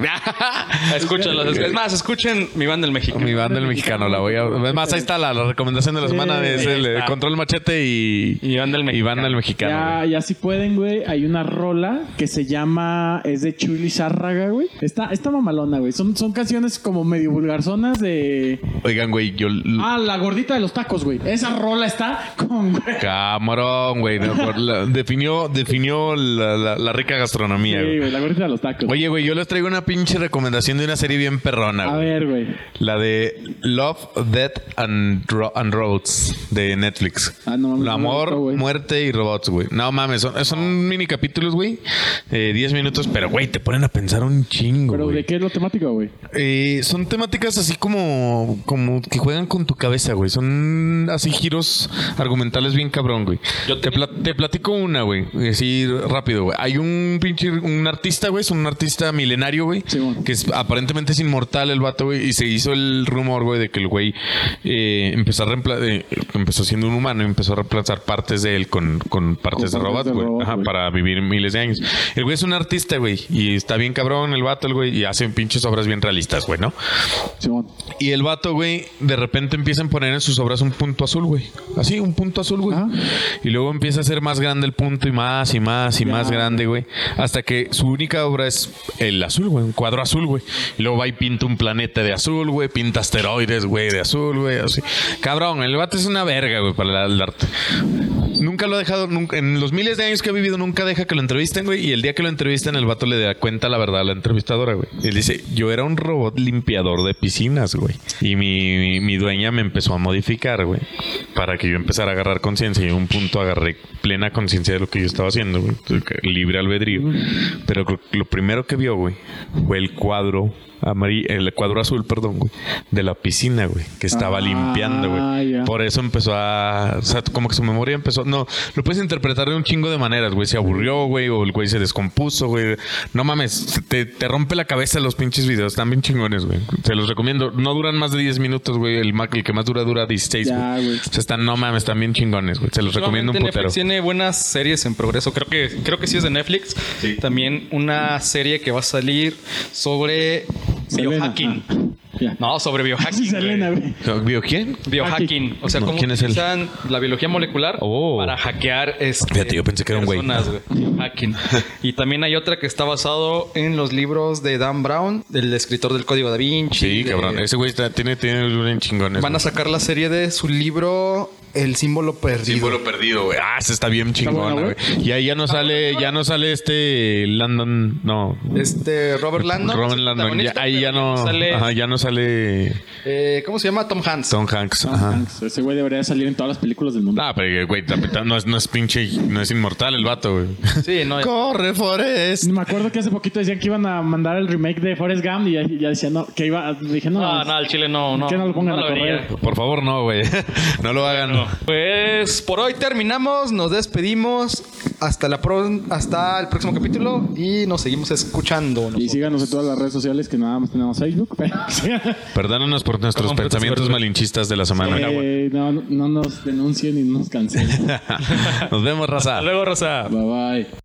Escúchalas. Es más, escuchen mi banda el México. Mi banda el mexicano, la voy a. Es más, ahí está la, la recomendación de la semana: es el eh, control machete y. Mi banda el Y banda el mexicano. Ya, güey. ya si pueden, güey. Hay una rola que se llama. Es de Chuli Zárraga, güey. Está, está mamalona, güey. Son, son canciones como medio vulgarzonas de. Oigan, güey, yo. Ah, la gordita de los tacos, güey. Esa rola está con, güey. Camarón, güey. no, por la- definió definió la, la- la rica gastronomía, Sí, güey. güey, la gordita de los tacos. Oye, güey, yo les traigo una pinche recomendación de una serie bien perrona, A güey. ver, güey. La de Love, Death and, Ro- and Robots de Netflix. Ah, no mames, no me Amor, gustó, güey. muerte y robots, güey. No mames, son, son mini capítulos, güey. Eh, 10 minutos, pero, güey, te ponen a pensar un chingo, Pero, güey. ¿de qué es lo temático, güey? Eh, son temáticas así como, como que juegan con tu cabeza, güey. Son así giros argumentales bien cabrón, güey. te, pla- te platico una, güey. Así rápido, güey. Hay un pinche, un artista, güey. Es un artista milenario, güey. Simón. que es, aparentemente es inmortal el vato, güey. Y se hizo el rumor, güey, de que el güey eh, empezó, a reempla- eh, empezó siendo un humano y empezó a reemplazar partes de él con, con partes de partes robot, de güey. robot, Ajá, güey. para vivir miles de años. El güey es un artista, güey. Y está bien cabrón el vato, el güey. Y hacen pinches obras bien realistas, güey, ¿no? Simón. Y el vato, güey, de repente empiezan a poner en sus obras un punto azul, güey. Así, un punto azul, güey. Ajá. Y luego empieza a ser más grande el punto y más y más y más grande, güey. Hasta que su única obra es el azul, güey. Un cuadro azul, güey. Y luego va y pinta un planeta de azul, güey. Pinta asteroides, güey, de azul, güey. Así. Cabrón, el vato es una verga, güey, para la- el arte. Nunca lo ha dejado, nunca, en los miles de años que ha vivido, nunca deja que lo entrevisten, güey. Y el día que lo entrevisten, el vato le da cuenta la verdad a la entrevistadora, güey. Él dice, yo era un robot limpiador de piscinas, güey. Y mi, mi- mi dueña me empezó a modificar, güey. Para que yo empezara a agarrar conciencia. Y en un punto agarré plena conciencia de lo que yo estaba haciendo, güey. Libre albedrío. Pero creo que lo primero que vio, güey, fue el cuadro amarillo, el cuadro azul, perdón, güey, de la piscina, güey, que estaba Ah, limpiando, güey. ya. Por eso empezó a. O sea, como que su memoria empezó. No, lo puedes interpretar de un chingo de maneras, güey. Se aburrió, güey, o el güey se descompuso, güey. No mames, te, te rompe la cabeza los pinches videos. Están bien chingones, güey. Se los recomiendo. No duran más de 10 minutos, güey. El, ma- el que más dura dura 16, Ya, güey. güey. O sea, están, no mames, están bien chingones, güey. Se los recomiendo un Netflix putero. tiene buenas series en progreso. Creo que, creo que sí es de Netflix. También una serie que va a salir sobre Selena. biohacking. Ah, ya. No, sobre Sí, biohacking. Selena, güey. Ah. güey. ¿Vio quién? Biohacking, o sea, No, cómo ¿quién es él? utilizan la biología molecular Oh. para hackear este, Fíjate, yo pensé que era un güey. personas, güey. Hacking. Y también hay otra que está basado en los libros de Dan Brown, del escritor del Código da Vinci. Sí, de- cabrón. Ese güey está, tiene, tiene bien chingones. Van a güey. sacar la serie de su libro el símbolo perdido. Símbolo perdido, güey. Ah, se está bien chingona, buena, güey. Y ahí ya no sale, ya no sale este Landon, no. Este, Robert Landon. Robert es el Landon. Ya- protagonista, ahí ya pero no, sale- ajá, ya no sale eh, ¿Cómo se llama? Tom Hanks. Tom Hanks. Tom Ajá. Hanks. Ah, pues, Ese güey debería salir en todas las películas del mundo. Ah, pero güey, tampoco- no es, no es pinche, no es inmortal el vato, güey. Sí, no. Corre, Forest. Me acuerdo que hace poquito decían que iban a mandar el remake de Forrest Gump y ya, ya decían no, que iba. Dije, no, Ah, No, no, al chile no, no. que no lo pongan a lo vería. correr. Por favor, no, güey. No lo hagan. Pues por hoy terminamos, nos despedimos. Hasta, la pro- hasta el próximo capítulo y nos seguimos escuchando. Y síganos en todas las redes sociales que nada más tenemos Facebook. Pero, Perdónanos por nuestros Con completo pensamientos suerte. malinchistas de la semana. Eh, no, no nos denuncien y no nos cancelen. Nos vemos, raza. Hasta luego, Rosa. Bye bye.